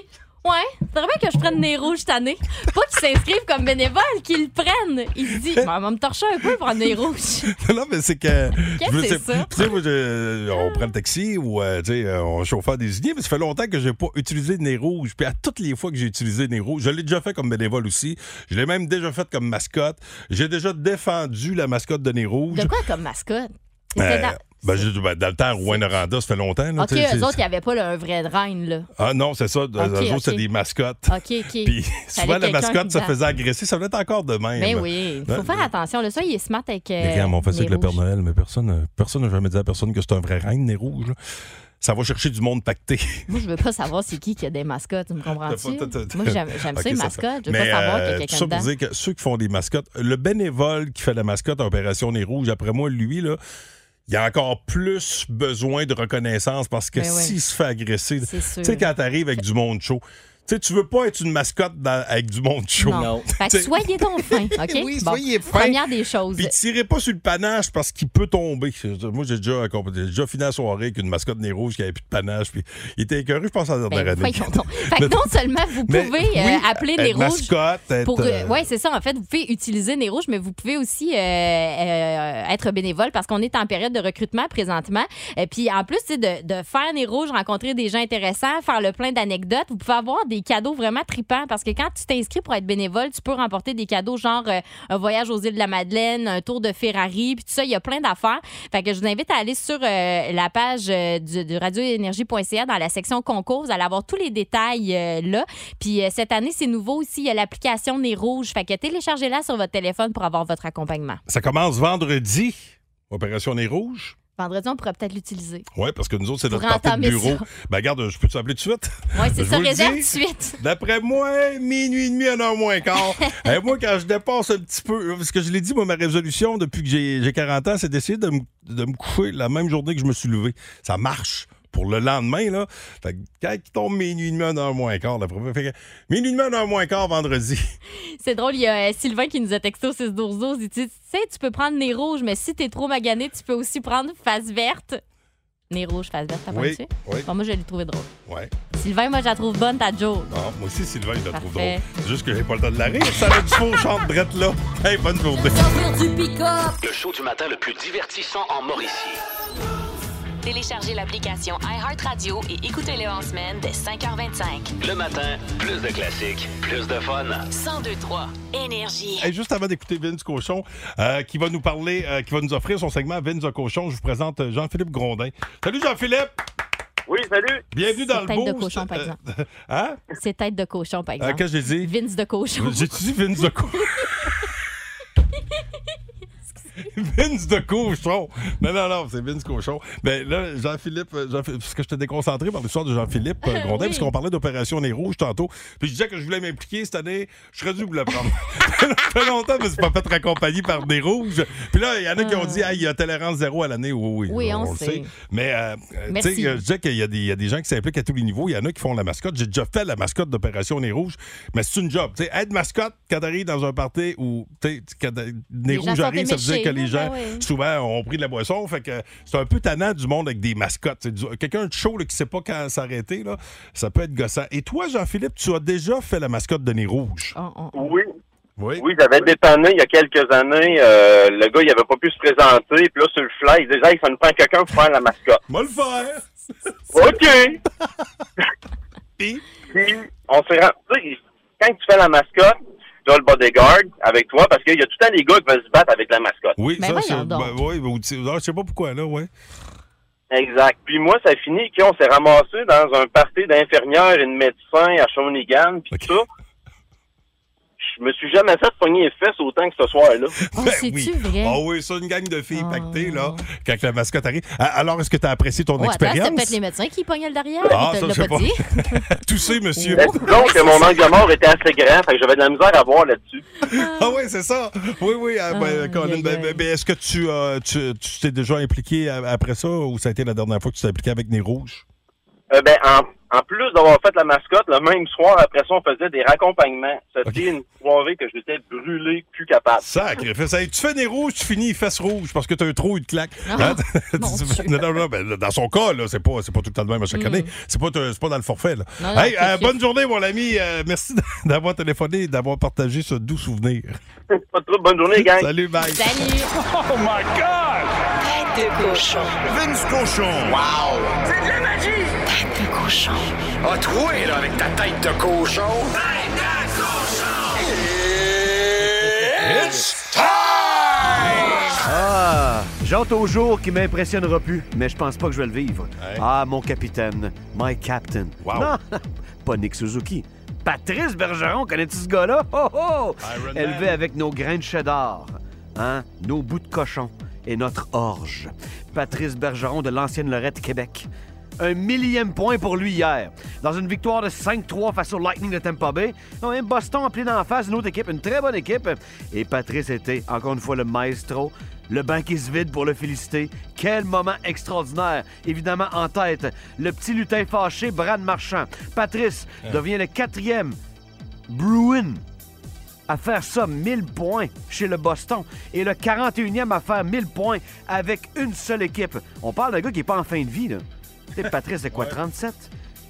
[SPEAKER 4] Ouais, faudrait bien que je prenne Nez Rouge cette année. Pas qu'il s'inscrive comme bénévole, qu'il le prenne. Il se dit Maman, me torcher un peu pour prendre Nez Rouge.
[SPEAKER 2] non, mais c'est que.
[SPEAKER 4] Qu'est-ce
[SPEAKER 2] je veux
[SPEAKER 4] que
[SPEAKER 2] dire,
[SPEAKER 4] c'est ça?
[SPEAKER 2] Tu sais, moi, je- euh, on prend le taxi ou euh, tu sais, euh, on est chauffeur désigné, mais ça fait longtemps que j'ai pas utilisé de nez rouge. Puis à toutes les fois que j'ai utilisé nez rouge, je l'ai déjà fait comme bénévole aussi. Je l'ai même déjà fait comme mascotte. J'ai déjà défendu la mascotte de nez rouge.
[SPEAKER 4] De quoi comme mascotte
[SPEAKER 2] Euh,
[SPEAKER 4] C'était dans-
[SPEAKER 2] ben, je- ben, dans le temps, Rouen Noranda, ça fait longtemps. là,
[SPEAKER 4] Ok,
[SPEAKER 2] tu sais, c'est-
[SPEAKER 4] eux autres, il n'y avait pas là, un vrai reine, là.
[SPEAKER 2] Ah non, c'est ça. Eux
[SPEAKER 4] Ok,
[SPEAKER 2] autres,
[SPEAKER 4] ok.
[SPEAKER 2] c'est des mascottes.
[SPEAKER 4] OK, OK.
[SPEAKER 2] Puis souvent, la
[SPEAKER 4] quelqu'un
[SPEAKER 2] mascotte
[SPEAKER 4] qui
[SPEAKER 2] se
[SPEAKER 4] bat.
[SPEAKER 2] faisait agresser. Ça venait encore de même.
[SPEAKER 4] Ben oui, il
[SPEAKER 2] Ben,
[SPEAKER 4] faut faire attention. Le soir, il est smart avec. euh,
[SPEAKER 2] Les gars, on fait ça
[SPEAKER 4] les
[SPEAKER 2] avec le Père
[SPEAKER 4] rouges.
[SPEAKER 2] Noël, mais personne euh, personne n'a jamais dit à personne que c'est un vrai reine, nez rouge. là. Ça va chercher du monde pacté.
[SPEAKER 4] Moi, je veux pas savoir c'est qui qui a des mascottes, tu me comprends-tu?
[SPEAKER 2] T'as pas- t'as-
[SPEAKER 4] Moi, j'aime j'aime
[SPEAKER 2] Ok,
[SPEAKER 4] ça, les
[SPEAKER 2] ça
[SPEAKER 4] mascottes. Je veux
[SPEAKER 2] Mais,
[SPEAKER 4] pas savoir
[SPEAKER 2] euh,
[SPEAKER 4] qu'il y a
[SPEAKER 2] tout
[SPEAKER 4] quelqu'un
[SPEAKER 2] ça pour
[SPEAKER 4] dedans.
[SPEAKER 2] dire que ceux qui font des mascottes, le bénévole qui fait la mascotte à Opération Nez Rouge, après moi, lui, là, il a encore plus besoin de reconnaissance parce que
[SPEAKER 4] Ben ouais.
[SPEAKER 2] s'il se fait agresser, tu
[SPEAKER 4] C'est sûr.
[SPEAKER 2] sais, quand t'arrives avec du monde chaud, tu sais, tu veux pas être une mascotte dans- avec du monde chaud.
[SPEAKER 4] Non. Fait
[SPEAKER 2] Tu
[SPEAKER 4] que
[SPEAKER 2] sais,
[SPEAKER 4] soyez donc fin, OK?
[SPEAKER 2] Oui,
[SPEAKER 4] Bon,
[SPEAKER 2] soyez fin.
[SPEAKER 4] Première des choses.
[SPEAKER 2] Puis tirez pas sur le panache parce qu'il peut tomber. Moi, j'ai déjà, j'ai déjà fini la soirée avec une mascotte nez rouge qui avait plus de panache. Puis il était écœuré, je pense, à la dernière
[SPEAKER 4] Ben,
[SPEAKER 2] année.
[SPEAKER 4] voyons donc. Fait que non seulement vous
[SPEAKER 2] Mais
[SPEAKER 4] pouvez euh,
[SPEAKER 2] oui,
[SPEAKER 4] appeler
[SPEAKER 2] être
[SPEAKER 4] les rouges.
[SPEAKER 2] mascotte, être,
[SPEAKER 4] Pour, euh,
[SPEAKER 2] euh,
[SPEAKER 4] ouais, c'est ça. En fait, vous pouvez utiliser Nez Rouge, mais vous pouvez aussi euh, euh, être bénévole parce qu'on est en période de recrutement présentement. Et puis, en plus, tu sais, de, de faire Nez Rouge, rencontrer des gens intéressants, faire le plein d'anecdotes, vous pouvez avoir des cadeaux vraiment tripants parce que quand tu t'inscris pour être bénévole, tu peux remporter des cadeaux genre euh, un voyage aux îles de la Madeleine, un tour de Ferrari, puis tout ça. Il y a plein d'affaires. Fait que je vous invite à aller sur euh, la page euh, du, de radioénergie.ca dans la section concours. Vous allez avoir tous les détails euh, là. Puis euh, cette année, c'est nouveau aussi. Il y a l'application Nez Rouge. Fait que téléchargez-la sur votre téléphone pour avoir votre accompagnement.
[SPEAKER 2] Ça commence vendredi, Opération Nez Rouge.
[SPEAKER 4] Vendredi, on pourra peut-être l'utiliser.
[SPEAKER 2] Oui, parce que nous autres, c'est
[SPEAKER 4] Pour
[SPEAKER 2] notre partie de
[SPEAKER 4] entamer
[SPEAKER 2] bureau.
[SPEAKER 4] ça.
[SPEAKER 2] Ben, regarde, je peux t'appeler tout de suite?
[SPEAKER 4] Oui, c'est
[SPEAKER 2] Je
[SPEAKER 4] ça.
[SPEAKER 2] vous le
[SPEAKER 4] Réserve tout
[SPEAKER 2] dis.
[SPEAKER 4] de suite.
[SPEAKER 2] D'après moi, minuit et demi, un heure moins quart. Et moi, quand je dépasse un petit peu, parce que je l'ai dit, moi, ma résolution depuis que j'ai j'ai 40 ans, c'est d'essayer de me de me coucher la même journée que je me suis levé. Ça marche pour le lendemain, là. Fait que quand il tombe minuit et demi, un heure moins quart, d'après moi, fait que minuit et demi, un heure moins quart vendredi.
[SPEAKER 4] C'est drôle, il y a euh, Sylvain qui nous a texté au 6 12 12 Il dit Tu sais, tu peux prendre Nez Rouge, mais si t'es trop magané, tu peux aussi prendre Face Verte. Nez Rouge, Face Verte, t'as pas
[SPEAKER 2] Oui,
[SPEAKER 4] dessus?
[SPEAKER 2] oui,
[SPEAKER 4] Bon, moi, je l'ai trouvé drôle.
[SPEAKER 2] ouais.
[SPEAKER 4] Sylvain, moi, je la trouve bonne, ta Joe.
[SPEAKER 2] Ah, moi aussi, Sylvain, je la trouve drôle.
[SPEAKER 4] Parfait.
[SPEAKER 2] C'est Juste que j'ai pas le temps de la rire. Ça va du faux chante drette là. Hey, bonne journée.
[SPEAKER 1] Le show du matin le plus divertissant en Mauricie.
[SPEAKER 3] Téléchargez l'application iHeartRadio et écoutez-le en semaine dès 5h25.
[SPEAKER 1] Le matin, plus de classiques, plus de fun.
[SPEAKER 3] 1023 Énergie.
[SPEAKER 2] Hey, juste avant d'écouter Vince Cochon, euh, qui va nous parler, euh, qui va nous offrir son segment Vince Cochon, je vous présente euh, Jean-Philippe Grondin. Salut Jean-Philippe!
[SPEAKER 11] Oui, salut.
[SPEAKER 2] Bienvenue dans
[SPEAKER 4] C'est
[SPEAKER 2] le
[SPEAKER 4] tête de
[SPEAKER 2] boost.
[SPEAKER 4] cochon, par
[SPEAKER 2] Euh,
[SPEAKER 4] exemple.
[SPEAKER 2] hein?
[SPEAKER 4] C'est tête de cochon, par
[SPEAKER 2] Euh,
[SPEAKER 4] exemple.
[SPEAKER 2] Qu'est-ce que j'ai dit?
[SPEAKER 4] Vince de cochon.
[SPEAKER 2] J'ai-tu dit Vince de cochon? Vince de cochon! Non, non, non, c'est Vince cochon. Ben là, Jean-Philippe, euh, Jean- parce que j'étais déconcentré par l'histoire de Jean-Philippe euh, Grondin,
[SPEAKER 4] Ah, Oui.
[SPEAKER 2] parce qu'on parlait d'Opération Nez Rouge tantôt. Puis je disais que je voulais m'impliquer cette année, je serais dû vous la prendre. Ça fait longtemps, mais c'est pas fait accompagné par des rouges. Puis là, il y en a qui ont dit, ah, il y a tolérance zéro à l'année. Oui, oui,
[SPEAKER 4] Oui, on
[SPEAKER 2] le
[SPEAKER 4] sait.
[SPEAKER 2] Mais, euh, euh, tu
[SPEAKER 4] Merci.
[SPEAKER 2] sais, je disais qu'il y, a des- il y a des gens qui s'impliquent à tous les niveaux. Il y en a qui font la mascotte. J'ai déjà fait la mascotte d'Opération Nez Rouge, mais c'est une job. Tu sais, être mascotte, quand t'arrives dans un party où, tu sais, quand t'as- Nez
[SPEAKER 4] Les gens
[SPEAKER 2] Rouge
[SPEAKER 4] sont
[SPEAKER 2] arrive, ça veut dire
[SPEAKER 4] éméchés,
[SPEAKER 2] que les
[SPEAKER 4] là,
[SPEAKER 2] gens,
[SPEAKER 4] ben oui.
[SPEAKER 2] souvent, ont pris de la boisson. Fait que c'est un peu tannant du monde avec des mascottes. C'est du- Quelqu'un de chaud là, qui sait pas quand s'arrêter,
[SPEAKER 4] Oh,
[SPEAKER 2] là, ça peut être gossant. Et toi, Jean-Philippe, tu as déjà fait la mascotte de Nez Rouge.
[SPEAKER 4] On- on-
[SPEAKER 11] Oui,
[SPEAKER 2] Oui.
[SPEAKER 11] j'avais dépanné il y a quelques années. euh, le gars, il avait pas pu se présenter. Puis là, sur le fly, il disait, hey, ça nous prend quelqu'un pour faire la mascotte.
[SPEAKER 2] Moi le faire.
[SPEAKER 11] OK. Puis, on s'est rendu. tu sais, Quand tu fais la mascotte, tu as le bodyguard avec toi parce qu'il y a tout le temps des gars qui veulent se battre avec la mascotte.
[SPEAKER 2] Oui, ça, c'est. ben, oui, ou tu- ah, je sais pas pourquoi, là, ouais.
[SPEAKER 11] Exact. Puis moi, ça finit qu'on s'est ramassé dans un party d'infirmières et de médecins à Shawinigan, puis tout ça. Je me suis jamais fait pogner les fesses autant que ce soir-là.
[SPEAKER 4] Oh,
[SPEAKER 2] Ben oui. Ah oui, ça, une gang de filles
[SPEAKER 4] Ah.
[SPEAKER 2] pactées, là, quand la mascotte arrive. A- Alors, est-ce que tu as apprécié ton
[SPEAKER 4] Ouais, Oh, attends,
[SPEAKER 2] expérience?
[SPEAKER 4] c'était peut-être les médecins qui pognaient le derrière.
[SPEAKER 2] Ah,
[SPEAKER 4] ils te
[SPEAKER 2] ça, je
[SPEAKER 4] l'ont
[SPEAKER 2] sais
[SPEAKER 4] pas
[SPEAKER 2] pas.
[SPEAKER 4] dit.
[SPEAKER 2] Toussé, monsieur.
[SPEAKER 11] Donc, mon manque de mort était assez grand, fait que j'avais de la misère à voir là-dessus.
[SPEAKER 2] Ah oui, c'est ça. Oui, oui. ah, ben, Colin, ben, ben, ben, est-ce que tu euh, tu- tu t'es déjà impliqué a- après ça ou ça a été la dernière fois que tu t'es impliqué avec Nez Rouge?
[SPEAKER 11] Euh, ben, en, en plus d'avoir fait la mascotte, le même soir, après ça, on faisait des raccompagnements. C'était une soirée que j'étais brûlé, plus capable.
[SPEAKER 2] Sacrifice. Hey, tu fais Nez Rouge, tu finis fesses rouges parce que t'as un trou, une claque. Hein? non, non, non, ben, dans son cas, là, c'est pas, c'est pas tout le temps le même à chaque
[SPEAKER 1] Mm.
[SPEAKER 2] année. C'est pas, euh, c'est pas dans le forfait, là.
[SPEAKER 1] Non, non,
[SPEAKER 2] Hey,
[SPEAKER 1] c'est
[SPEAKER 2] euh,
[SPEAKER 1] chiffre.
[SPEAKER 2] bonne journée, mon ami. Euh, merci d'avoir téléphoné et d'avoir partagé ce doux souvenir.
[SPEAKER 11] pas de trouble. Bonne journée, gang.
[SPEAKER 2] Salut, bye.
[SPEAKER 7] Salut. Oh my God. Tête de cochon.
[SPEAKER 1] Vince Cochon. Wow!
[SPEAKER 7] C'est de la magie. Tête de cochon.
[SPEAKER 1] A troué, Ah, là, avec ta tête de cochon.
[SPEAKER 7] Tête de cochon.
[SPEAKER 1] It's
[SPEAKER 12] Ah, j'entre au jour qui m'impressionnera plus, mais je pense pas que je vais le vivre. Ah, mon capitaine, my captain. Non, pas Nick Suzuki. Patrice Bergeron, connais-tu ce gars-là? Oh, oh!
[SPEAKER 1] Iron Man.
[SPEAKER 12] Élevé avec nos grains de cheddar, hein, nos bouts de cochon et notre orge. Patrice Bergeron de l'ancienne Lorette Québec. Un millième point pour lui hier. Dans une victoire de 5-3 face au Lightning de Tampa Bay, on a un Boston appelé d'en face, une autre équipe, une très bonne équipe. Et Patrice était, encore une fois, le maestro. Le banc qui se vide pour le féliciter. Quel moment extraordinaire. Évidemment, en tête, le petit lutin fâché, Brad Marchand. Patrice devient le quatrième Bruin à faire ça 1000 points chez le Boston et le 41e à faire 1000 points avec une seule équipe. On parle d'un gars qui n'est pas en fin de vie. Là. Tu sais, Patrice, c'est quoi, 37?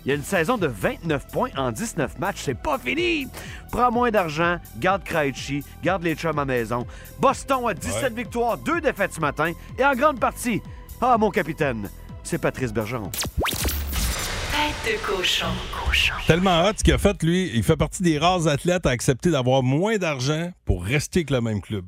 [SPEAKER 12] Il y a une saison de 29 points en 19 matchs. C'est pas fini! Prends moins d'argent, garde Krejci, garde les chums à maison. Boston a 17 victoires, 2 défaites ce matin et en grande partie, ah, mon capitaine, c'est Patrice Bergeron.
[SPEAKER 7] Tête de cochon.
[SPEAKER 2] Tellement hot ce qu'il a fait, lui. Il fait partie des rares athlètes à accepter d'avoir moins d'argent pour rester avec le même club.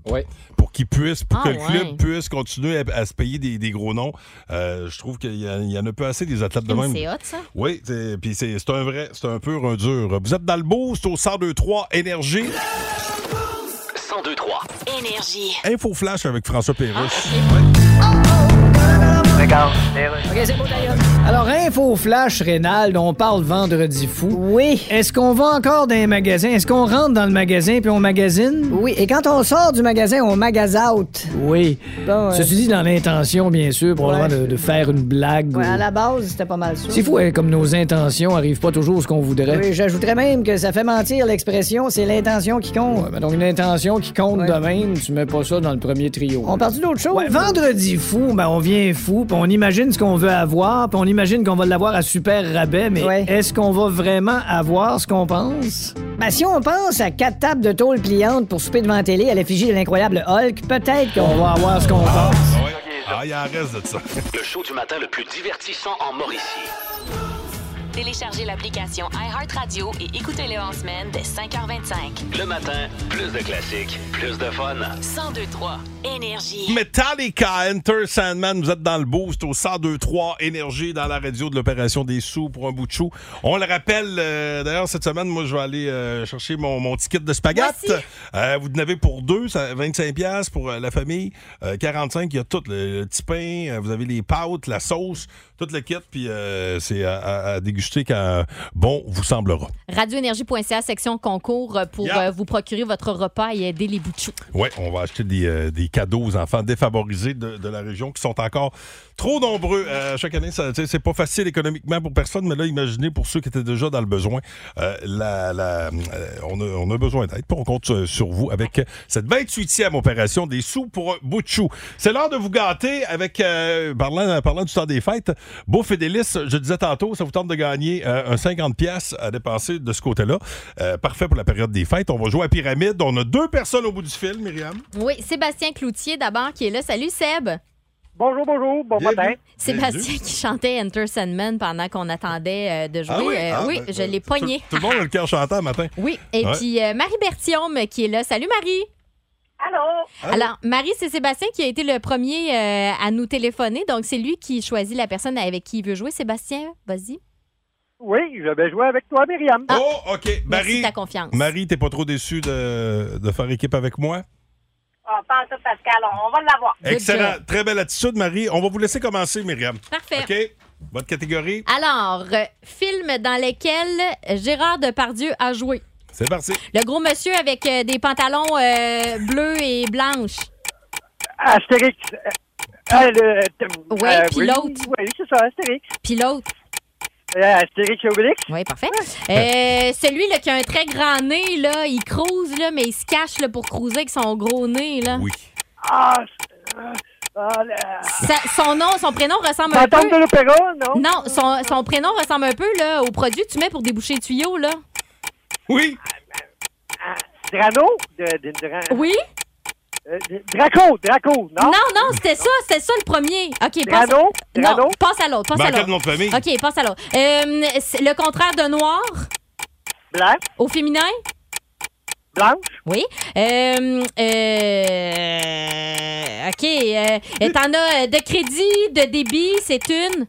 [SPEAKER 2] Pour qu'il puisse, pour
[SPEAKER 1] Ah,
[SPEAKER 2] que le
[SPEAKER 1] ouais.
[SPEAKER 2] club puisse continuer à, à se payer des, des gros noms. Euh, je trouve qu'il y, a- il y en a peu assez des athlètes de même.
[SPEAKER 4] C'est hot, ça.
[SPEAKER 2] Oui, c'est- puis c'est c'est un vrai, c'est un pur, un dur. Vous êtes dans le boost au 1023 Énergie.
[SPEAKER 1] 1023.
[SPEAKER 3] Énergie.
[SPEAKER 2] Info Flash avec François Pérusse.
[SPEAKER 6] OK, c'est bon, d'ailleurs.
[SPEAKER 5] Alors, info flash, Rénald, on parle vendredi fou. Oui. Est-ce qu'on va encore dans les magasins? Est-ce qu'on rentre dans le magasin puis on magasine?
[SPEAKER 6] Oui, et quand on sort du magasin, on magasine out.
[SPEAKER 5] Oui.
[SPEAKER 6] Bon, euh,
[SPEAKER 5] Ceci dit, dans l'intention, bien sûr, probablement
[SPEAKER 6] Ouais.
[SPEAKER 5] de, de faire une blague.
[SPEAKER 6] Ouais,
[SPEAKER 5] ou-
[SPEAKER 6] à la base, c'était pas mal ça.
[SPEAKER 5] C'est fou, hein, comme nos intentions arrivent pas toujours ce qu'on voudrait.
[SPEAKER 6] Oui, j'ajouterais même que ça fait mentir l'expression, c'est l'intention qui compte.
[SPEAKER 5] Ouais, mais donc une intention qui compte de même, tu mets pas ça dans le premier trio.
[SPEAKER 6] On part d'autre chose?
[SPEAKER 5] Ouais, vendredi fou, ben on vient fou, puis on imagine ce qu'on veut avoir, puis on imagine qu'on va l'avoir à super rabais, mais
[SPEAKER 6] Ouais.
[SPEAKER 5] est-ce qu'on va vraiment avoir ce qu'on pense?
[SPEAKER 6] Ben, si on pense à quatre tables de tôle pliante pour souper devant la télé à l'effigie de l'incroyable Hulk, peut-être qu'on va avoir ce qu'on pense.
[SPEAKER 2] Ah, il en reste de ça.
[SPEAKER 1] Le show du matin le plus divertissant en Mauricie.
[SPEAKER 3] Téléchargez l'application iHeartRadio et écoutez-le en semaine dès 5h25.
[SPEAKER 1] Le matin, plus de classiques, plus de fun.
[SPEAKER 3] 1023 Énergie.
[SPEAKER 2] Metallica, Enter Sandman, vous êtes dans le boost au 1023 Énergie dans la radio de l'opération des sous pour un bout de chou. On le rappelle, euh, d'ailleurs, cette semaine, moi, je vais aller euh, chercher mon, mon ticket de spaghette. Euh, vous en avez pour deux, ça, 25$ piastres pour euh, la famille, euh, 45$, il y a tout, le, le petit pain, euh, vous avez les pâtes, la sauce, tout le kit, puis euh, c'est à, à- à déguster quand bon vous semblera.
[SPEAKER 4] Radioénergie.ca, section concours euh, pour
[SPEAKER 2] Yeah.
[SPEAKER 4] euh, vous procurer votre repas et aider les bouchous.
[SPEAKER 2] Oui, on va acheter des, euh, des cadeaux aux enfants défavorisés de, de la région qui sont encore trop nombreux. Euh, chaque année, ça, tu sais, c'est pas facile économiquement pour personne, mais là, imaginez pour ceux qui étaient déjà dans le besoin, euh, la- la- euh, on, a, on a besoin d'aide. Puis On compte euh, sur vous avec cette 28e opération des sous pour un bout de chou. C'est l'heure de vous gâter avec, euh, parlant, parlant du temps des fêtes, Beau Fédélis, je disais tantôt, ça vous tente de gagner euh, un 50$ piastres à dépenser de ce côté-là. Euh, parfait pour la période des fêtes. On va jouer à Pyramide. On a deux personnes au bout du fil, Myriam.
[SPEAKER 4] Oui, Sébastien Cloutier d'abord qui est là. Salut Seb.
[SPEAKER 9] Bonjour, bonjour, bon
[SPEAKER 2] Bienvenue. matin.
[SPEAKER 4] Sébastien
[SPEAKER 2] Bienvenue.
[SPEAKER 4] qui chantait Enter Sandman pendant qu'on attendait euh, de jouer.
[SPEAKER 2] Ah oui,
[SPEAKER 4] Euh,
[SPEAKER 2] Ah,
[SPEAKER 4] oui,
[SPEAKER 2] ben,
[SPEAKER 4] je l'ai
[SPEAKER 2] tout-
[SPEAKER 4] pogné.
[SPEAKER 2] Tout, le monde a le cœur chantant matin.
[SPEAKER 4] Oui, et
[SPEAKER 2] Ouais.
[SPEAKER 4] puis euh, Marie Bertium qui est là. Salut Marie.
[SPEAKER 9] Allô?
[SPEAKER 4] Alors, Marie, c'est Sébastien qui a été le premier euh, à nous téléphoner. Donc, c'est lui qui choisit la personne avec qui il veut jouer. Sébastien, vas-y.
[SPEAKER 9] Oui, je vais jouer avec toi, Myriam.
[SPEAKER 2] Oh, OK.
[SPEAKER 4] Ah. Merci
[SPEAKER 2] Marie,
[SPEAKER 4] de ta confiance.
[SPEAKER 2] Marie, t'es pas trop déçue de, de faire équipe avec moi?
[SPEAKER 9] On parle ça, Pascal, on va l'avoir.
[SPEAKER 2] Excellent. Très belle attitude, Marie. On va vous laisser commencer, Myriam.
[SPEAKER 4] Parfait.
[SPEAKER 2] OK? Votre catégorie,
[SPEAKER 4] Alors, euh, film dans lequel Gérard Depardieu a joué.
[SPEAKER 2] c'est parti.
[SPEAKER 4] Le gros monsieur avec euh, des pantalons euh, bleus et blanches.
[SPEAKER 9] Astérix. Euh, le- euh,
[SPEAKER 4] Ouais, puis
[SPEAKER 9] oui,
[SPEAKER 4] l'autre.
[SPEAKER 9] Oui, c'est ça, Astérix.
[SPEAKER 4] Puis l'autre.
[SPEAKER 9] Euh, Astérix et Obélix.
[SPEAKER 4] Oui, parfait. Euh, celui là, qui a un très grand nez, là, il crouse, là, mais il se cache là, pour cruiser avec son gros nez. Là.
[SPEAKER 2] Oui.
[SPEAKER 9] Ah, c'est- euh, ah, là.
[SPEAKER 4] Sa- son nom, son prénom ressemble un peu.
[SPEAKER 9] Fantôme de l'opéra, non?
[SPEAKER 4] Non, son, son prénom ressemble un peu là, au produit que tu mets pour déboucher les tuyaux. Là.
[SPEAKER 2] Oui.
[SPEAKER 9] Drano? De, de- de-
[SPEAKER 4] Oui?
[SPEAKER 9] euh, de- Draco, Draco, non?
[SPEAKER 4] Non, non, c'était ça, c'était ça le premier. OK, passe,
[SPEAKER 9] Drano?
[SPEAKER 4] non,
[SPEAKER 9] Drano?
[SPEAKER 4] passe à l'autre. Passe à
[SPEAKER 2] Manquait
[SPEAKER 4] l'autre.
[SPEAKER 2] de nom de famille.
[SPEAKER 4] OK, passe à l'autre. Euh, c'est le contraire de noir
[SPEAKER 9] Blanc?
[SPEAKER 4] au féminin?
[SPEAKER 9] Blanche?
[SPEAKER 4] Oui. Euh, euh, OK. euh, T'en as euh, de crédit, de débit, c'est une.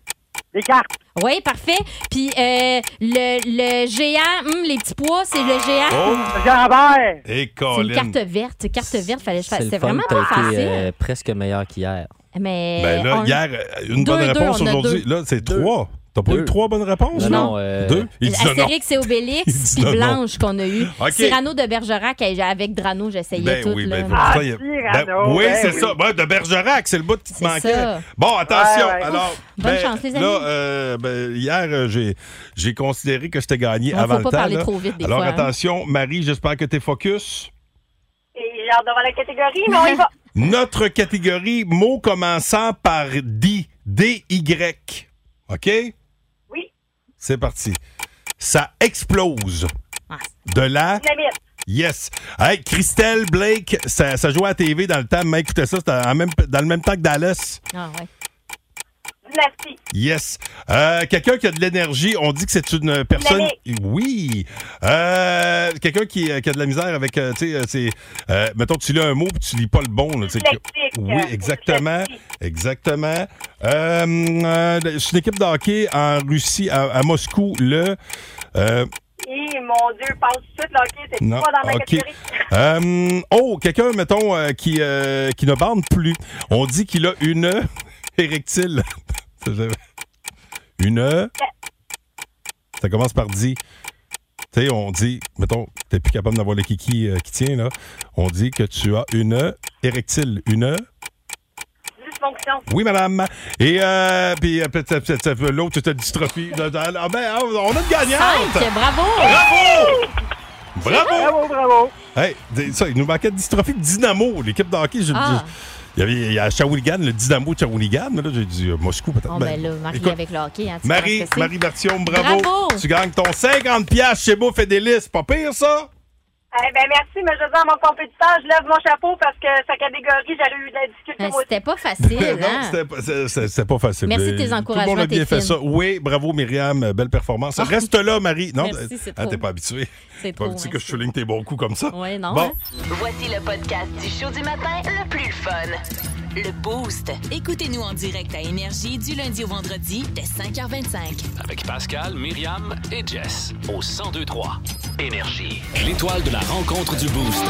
[SPEAKER 9] Des cartes.
[SPEAKER 4] Oui, parfait. Puis euh, le, le géant, hum, les petits pois, c'est le géant.
[SPEAKER 2] Oh,
[SPEAKER 9] Jean-Bert.
[SPEAKER 2] et
[SPEAKER 4] C'est une
[SPEAKER 2] Oh, Colin.
[SPEAKER 4] carte verte. Carte verte, fallait que je fasse.
[SPEAKER 8] le
[SPEAKER 4] C'est
[SPEAKER 8] fun,
[SPEAKER 4] vraiment
[SPEAKER 8] t'as
[SPEAKER 4] pas
[SPEAKER 8] été,
[SPEAKER 4] facile.
[SPEAKER 8] euh, presque meilleur qu'hier.
[SPEAKER 4] Mais.
[SPEAKER 2] Ben là,
[SPEAKER 4] on-
[SPEAKER 2] hier, euh, une
[SPEAKER 4] Deux,
[SPEAKER 2] bonne
[SPEAKER 4] deux,
[SPEAKER 2] réponse
[SPEAKER 4] on a
[SPEAKER 2] aujourd'hui.
[SPEAKER 4] deux.
[SPEAKER 2] Là, c'est trois. T'as pas
[SPEAKER 8] Deux.
[SPEAKER 2] eu trois bonnes réponses?
[SPEAKER 8] Non,
[SPEAKER 2] là?
[SPEAKER 8] non, euh,
[SPEAKER 2] Deux? Il dit non, non.
[SPEAKER 4] Astérix et
[SPEAKER 2] Il
[SPEAKER 4] Obélix,
[SPEAKER 2] dit
[SPEAKER 4] puis
[SPEAKER 2] non, non.
[SPEAKER 4] Blanche qu'on a eu.
[SPEAKER 2] OK.
[SPEAKER 4] Cyrano de Bergerac et- avec Drano, j'essayais
[SPEAKER 2] Ben
[SPEAKER 4] tout.
[SPEAKER 2] oui,
[SPEAKER 4] là.
[SPEAKER 2] ben,
[SPEAKER 9] Ah,
[SPEAKER 2] pourtant, il y a-
[SPEAKER 9] Cyrano,
[SPEAKER 2] Ben oui,
[SPEAKER 9] ben
[SPEAKER 2] c'est
[SPEAKER 9] oui.
[SPEAKER 2] ça. Ouais, de Bergerac, c'est le bout qui te
[SPEAKER 4] C'est
[SPEAKER 2] manquait.
[SPEAKER 4] ça.
[SPEAKER 2] Bon, attention.
[SPEAKER 9] Ouais, ouais.
[SPEAKER 2] Alors,
[SPEAKER 4] Bonne
[SPEAKER 2] ben,
[SPEAKER 4] chance, les amis.
[SPEAKER 2] Là, euh, ben, hier, euh, j'ai, j'ai considéré que j'étais gagné
[SPEAKER 4] Ouais, faut
[SPEAKER 2] avant le
[SPEAKER 4] pas
[SPEAKER 2] temps,
[SPEAKER 4] parler
[SPEAKER 2] là.
[SPEAKER 4] trop vite des
[SPEAKER 2] Alors,
[SPEAKER 4] fois, hein.
[SPEAKER 2] attention, Marie, j'espère que t'es focus.
[SPEAKER 9] Et genre devant la catégorie, mais on y va.
[SPEAKER 2] Notre catégorie, mots commençant par D. D-Y. OK?
[SPEAKER 9] Oui.
[SPEAKER 2] C'est parti. Ça explose. De la...
[SPEAKER 9] Dynamite.
[SPEAKER 2] Yes. Hey, Christelle, Blake, ça, ça jouait à la TV dans le temps. Mais écoutez ça, c'était en même- dans le même temps que Dallas.
[SPEAKER 4] Ah, ouais.
[SPEAKER 9] Dynastie.
[SPEAKER 2] Yes. Euh, quelqu'un qui a de l'énergie, on dit que c'est une personne. Oui. Euh, quelqu'un qui, euh, qui a de la misère avec. euh, tu sais, euh, c'est. euh, mettons, tu lis un mot puis tu lis pas le bon. là, tu sais que-
[SPEAKER 9] Dyslexique.
[SPEAKER 2] oui, exactement. Exactement. Euh, euh, c'est une équipe de hockey en Russie, à, à Moscou, le. euh,
[SPEAKER 9] Et mon Dieu, passe tout de suite, là, OK, c'est
[SPEAKER 2] non,
[SPEAKER 9] pas dans ma
[SPEAKER 2] ok.
[SPEAKER 9] catégorie.
[SPEAKER 2] Euh, oh, quelqu'un, mettons, euh, qui, euh, qui ne bande plus. On dit qu'il a une érectile. une. Ça commence par dit. Tu sais, on dit, mettons, t'es plus capable d'avoir le kiki euh, qui tient, là. On dit que tu as une érectile. Une.
[SPEAKER 9] Dysfonction.
[SPEAKER 2] Oui, madame. Et, euh, puis, euh, peut-être- peut-être- peut-être l'autre, tu as dystrophie. Ah, ben, on a une gagnante!
[SPEAKER 4] Cinq, bravo!
[SPEAKER 2] Bravo! Bravo!
[SPEAKER 9] Bravo, bravo.
[SPEAKER 2] Hey, d- ça, il nous manquait de dystrophie de Dynamo, l'équipe d'hockey. Je,
[SPEAKER 4] Ah.
[SPEAKER 2] je- il y avait il y a à Shawinigan, le Dynamo de Shawinigan, mais là, j'ai dit euh, Moscou peut-être.
[SPEAKER 4] Oh, ben,
[SPEAKER 2] Ben,
[SPEAKER 4] là, Marie
[SPEAKER 2] écoute,
[SPEAKER 4] avec le hockey. hein, tu
[SPEAKER 2] Marie,
[SPEAKER 4] comprends ce que c'est.
[SPEAKER 2] Marie Bertium, bravo.
[SPEAKER 4] Bravo.
[SPEAKER 2] Tu gagnes ton 50 pièces chez Beau Fédélis. Pas pire, ça?
[SPEAKER 9] Eh ben merci, mais je dis à mon compétiteur, je lève mon chapeau parce que sa catégorie, j'aurais eu de la
[SPEAKER 4] Ben,
[SPEAKER 9] difficulté. moi aussi.
[SPEAKER 4] C'était pas facile.
[SPEAKER 2] Ben Non,
[SPEAKER 4] hein?
[SPEAKER 2] c'était pas- c'est- c'est- c'est pas facile.
[SPEAKER 4] Merci de
[SPEAKER 2] Euh,
[SPEAKER 4] tes
[SPEAKER 2] Tout le monde
[SPEAKER 4] encouragements,
[SPEAKER 2] a bien
[SPEAKER 4] t'es
[SPEAKER 2] fait
[SPEAKER 4] fine.
[SPEAKER 2] ça. Oui, bravo, Myriam. euh, Belle performance. Reste là, Marie. Non,
[SPEAKER 4] Merci, c'est
[SPEAKER 2] ah,
[SPEAKER 4] trop.
[SPEAKER 2] t'es pas habitué.
[SPEAKER 4] C'est
[SPEAKER 2] Pas
[SPEAKER 4] trop,
[SPEAKER 2] habitué
[SPEAKER 4] hein,
[SPEAKER 2] que je
[SPEAKER 4] c'est-
[SPEAKER 2] souligne tes bons coups comme ça.
[SPEAKER 4] Ouais, non,
[SPEAKER 2] Bon.
[SPEAKER 4] hein?
[SPEAKER 3] Voici le podcast du show du matin le plus fun. Le Boost. Écoutez-nous en direct à Énergie du lundi au vendredi dès 5h25.
[SPEAKER 1] Avec Pascal, Myriam et Jess au 1023 Énergie. L'étoile de la rencontre du Boost.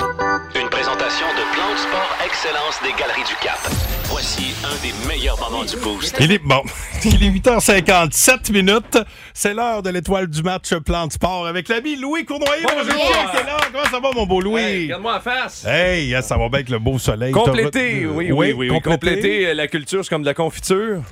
[SPEAKER 1] Une présentation de Plan de Sport Excellence des Galeries du Cap. Voici un des meilleurs moments du Boost.
[SPEAKER 2] Il est, bon, il est 8h57 minutes. C'est l'heure de l'étoile du match Plan de Sport avec l'ami Louis Cournoyer. Bonjour, Louis, c'est là. Comment ça va, mon beau Louis?
[SPEAKER 13] Regarde-moi en face.
[SPEAKER 2] Hey, yes, ça va bien avec le beau soleil.
[SPEAKER 13] Compléter,
[SPEAKER 2] T'as-
[SPEAKER 13] oui, oui, oui, oui.
[SPEAKER 2] compléter.
[SPEAKER 13] Compléter euh, la culture, c'est comme de la confiture.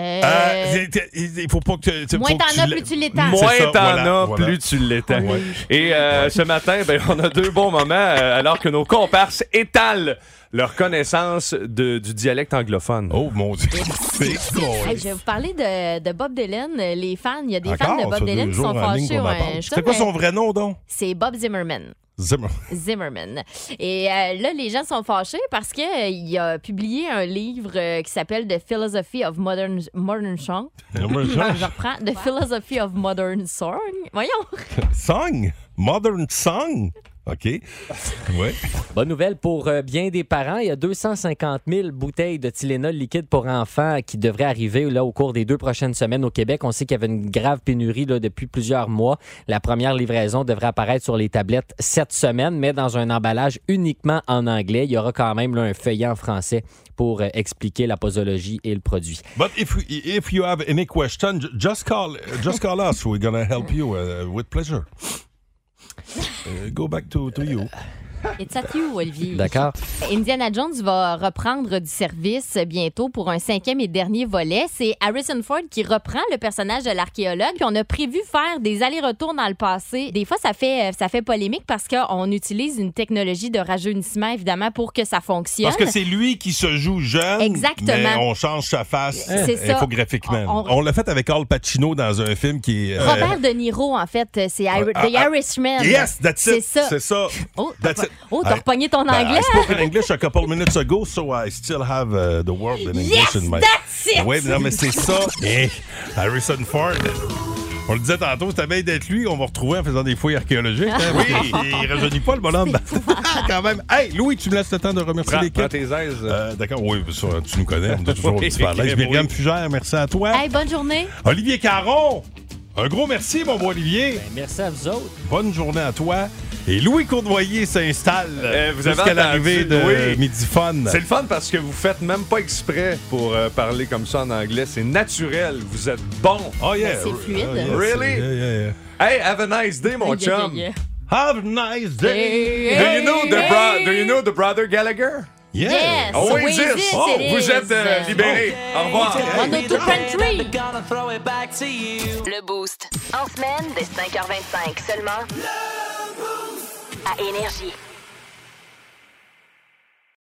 [SPEAKER 4] Euh,
[SPEAKER 2] Euh, c'est- c'est- il faut pas que tu.
[SPEAKER 4] Moins
[SPEAKER 2] faut que
[SPEAKER 4] t'en as,
[SPEAKER 2] l'aies-
[SPEAKER 4] plus tu l'étends.
[SPEAKER 2] C'est
[SPEAKER 13] Moins
[SPEAKER 2] ça,
[SPEAKER 13] t'en
[SPEAKER 2] voilà,
[SPEAKER 13] as,
[SPEAKER 2] voilà.
[SPEAKER 13] plus tu l'étends. Et euh, ce matin, ben, on a deux bons moments euh, alors que nos comparses étalent leur connaissance de- du dialecte anglophone.
[SPEAKER 2] Oh mon Dieu!
[SPEAKER 13] C'est
[SPEAKER 4] Hey, je vais vous parler de, de Bob Dylan. Les fans, il y a des
[SPEAKER 2] Encore,
[SPEAKER 4] fans de
[SPEAKER 2] ça,
[SPEAKER 4] Bob
[SPEAKER 2] deux
[SPEAKER 4] Dylan qui
[SPEAKER 2] jours
[SPEAKER 4] sont
[SPEAKER 2] en ligne
[SPEAKER 4] fâchés. hein.
[SPEAKER 2] qu'on en
[SPEAKER 4] ouais.
[SPEAKER 2] parle.
[SPEAKER 4] Je
[SPEAKER 2] C'était quoi
[SPEAKER 4] sais,
[SPEAKER 2] son
[SPEAKER 4] mais
[SPEAKER 2] vrai nom, donc?
[SPEAKER 4] C'est Bob Zimmerman.
[SPEAKER 2] Zimmer.
[SPEAKER 4] Zimmerman. Et euh, là, les gens sont fâchés parce qu'il a publié un livre euh, qui s'appelle The Philosophy of Modern, Modern Song. Ben,
[SPEAKER 2] Modern Song?
[SPEAKER 4] Je reprends. The Philosophy of Modern Song. Voyons.
[SPEAKER 2] Song? Modern Song? OK. Ouais.
[SPEAKER 8] Bonne nouvelle pour euh, bien des parents. Il y a 250 000 bouteilles de Tylenol liquide pour enfants qui devraient arriver là, au cours des deux prochaines semaines au Québec. On sait qu'il y avait une grave pénurie là, depuis plusieurs mois. La première livraison devrait apparaître sur les tablettes cette semaine, mais dans un emballage uniquement en anglais. Il y aura quand même là, un feuillet en français pour euh, expliquer la posologie et le produit.
[SPEAKER 2] But if if you have any question, ju- just call just call us. We're gonna help you uh, with pleasure. Uh, go back to, to you.
[SPEAKER 4] It's at you, Olivier.
[SPEAKER 2] D'accord.
[SPEAKER 4] Indiana Jones va reprendre du service bientôt pour un cinquième et dernier volet. C'est Harrison Ford qui reprend le personnage de l'archéologue. Puis on a prévu faire des allers-retours dans le passé. Des fois, ça fait, ça fait polémique parce qu'on utilise une technologie de rajeunissement, évidemment, pour que ça fonctionne.
[SPEAKER 2] Parce que c'est lui qui se joue jeune.
[SPEAKER 4] Exactement.
[SPEAKER 2] Mais on change sa face
[SPEAKER 4] C'est ça.
[SPEAKER 2] infographiquement.
[SPEAKER 4] On-
[SPEAKER 2] On,
[SPEAKER 4] on-
[SPEAKER 2] l'a fait avec Al Pacino dans un film qui est. euh,
[SPEAKER 4] Robert De Niro, en fait, c'est Iri-
[SPEAKER 2] Ah,
[SPEAKER 4] The
[SPEAKER 2] ah,
[SPEAKER 4] Irishman.
[SPEAKER 2] Yes, that's it.
[SPEAKER 4] C'est ça.
[SPEAKER 2] C'est ça.
[SPEAKER 4] Oh,
[SPEAKER 2] That's it.
[SPEAKER 4] oh, t'as
[SPEAKER 2] I-
[SPEAKER 4] repogné ton
[SPEAKER 2] Ben,
[SPEAKER 4] anglais.
[SPEAKER 2] I spoke in English a couple minutes ago, so I still have uh, the word in
[SPEAKER 4] Yes,
[SPEAKER 2] English in my.
[SPEAKER 4] that's it.
[SPEAKER 2] Ah Ouais, non, mais c'est ça. Eh, Harrison Ford. On le disait tantôt, c'est la veille d'être lui, on va retrouver en faisant des fouilles archéologiques. hein. Oui, il rajeunit pas le bonhomme. Quand même. Hey, Louis, tu me laisses le temps de remercier
[SPEAKER 13] Prends-
[SPEAKER 2] l'équipe.
[SPEAKER 13] prends tes aises.
[SPEAKER 2] Euh, D'accord, oui, ça, tu nous connais, on est toujours un petit peu à l'aise.
[SPEAKER 13] Oui.
[SPEAKER 2] Myriam Fugère, merci à toi.
[SPEAKER 4] Hey, bonne journée.
[SPEAKER 2] Olivier Caron, un gros merci, mon bon Olivier.
[SPEAKER 8] merci à vous autres.
[SPEAKER 2] Bonne journée à toi. Et Louis Cournoyer s'installe
[SPEAKER 13] Euh, vous avez
[SPEAKER 2] jusqu'à
[SPEAKER 13] entendu,
[SPEAKER 2] l'arrivée de
[SPEAKER 13] oui.
[SPEAKER 2] Midi Fun.
[SPEAKER 13] C'est le fun parce que vous faites même pas exprès pour euh, parler comme ça en anglais. C'est naturel. Vous êtes bon.
[SPEAKER 2] Oh yeah. C'est
[SPEAKER 4] fluide.
[SPEAKER 2] Oh, yeah,
[SPEAKER 13] Really?
[SPEAKER 2] c'est- yeah, yeah, yeah.
[SPEAKER 13] Hey, have a nice day, mon
[SPEAKER 2] Yeah, yeah,
[SPEAKER 13] chum.
[SPEAKER 2] yeah. Have a nice day.
[SPEAKER 13] Do you know the, bro-
[SPEAKER 2] Hey.
[SPEAKER 13] do you know the brother Gallagher?
[SPEAKER 2] Yeah. Ah Yes,
[SPEAKER 13] Oasis.
[SPEAKER 2] Oasis
[SPEAKER 13] Oh,
[SPEAKER 2] it
[SPEAKER 13] vous
[SPEAKER 2] is.
[SPEAKER 13] êtes euh, libérés. Au revoir.
[SPEAKER 3] Le Boost. En semaine, dès 5h25 seulement. À Énergie.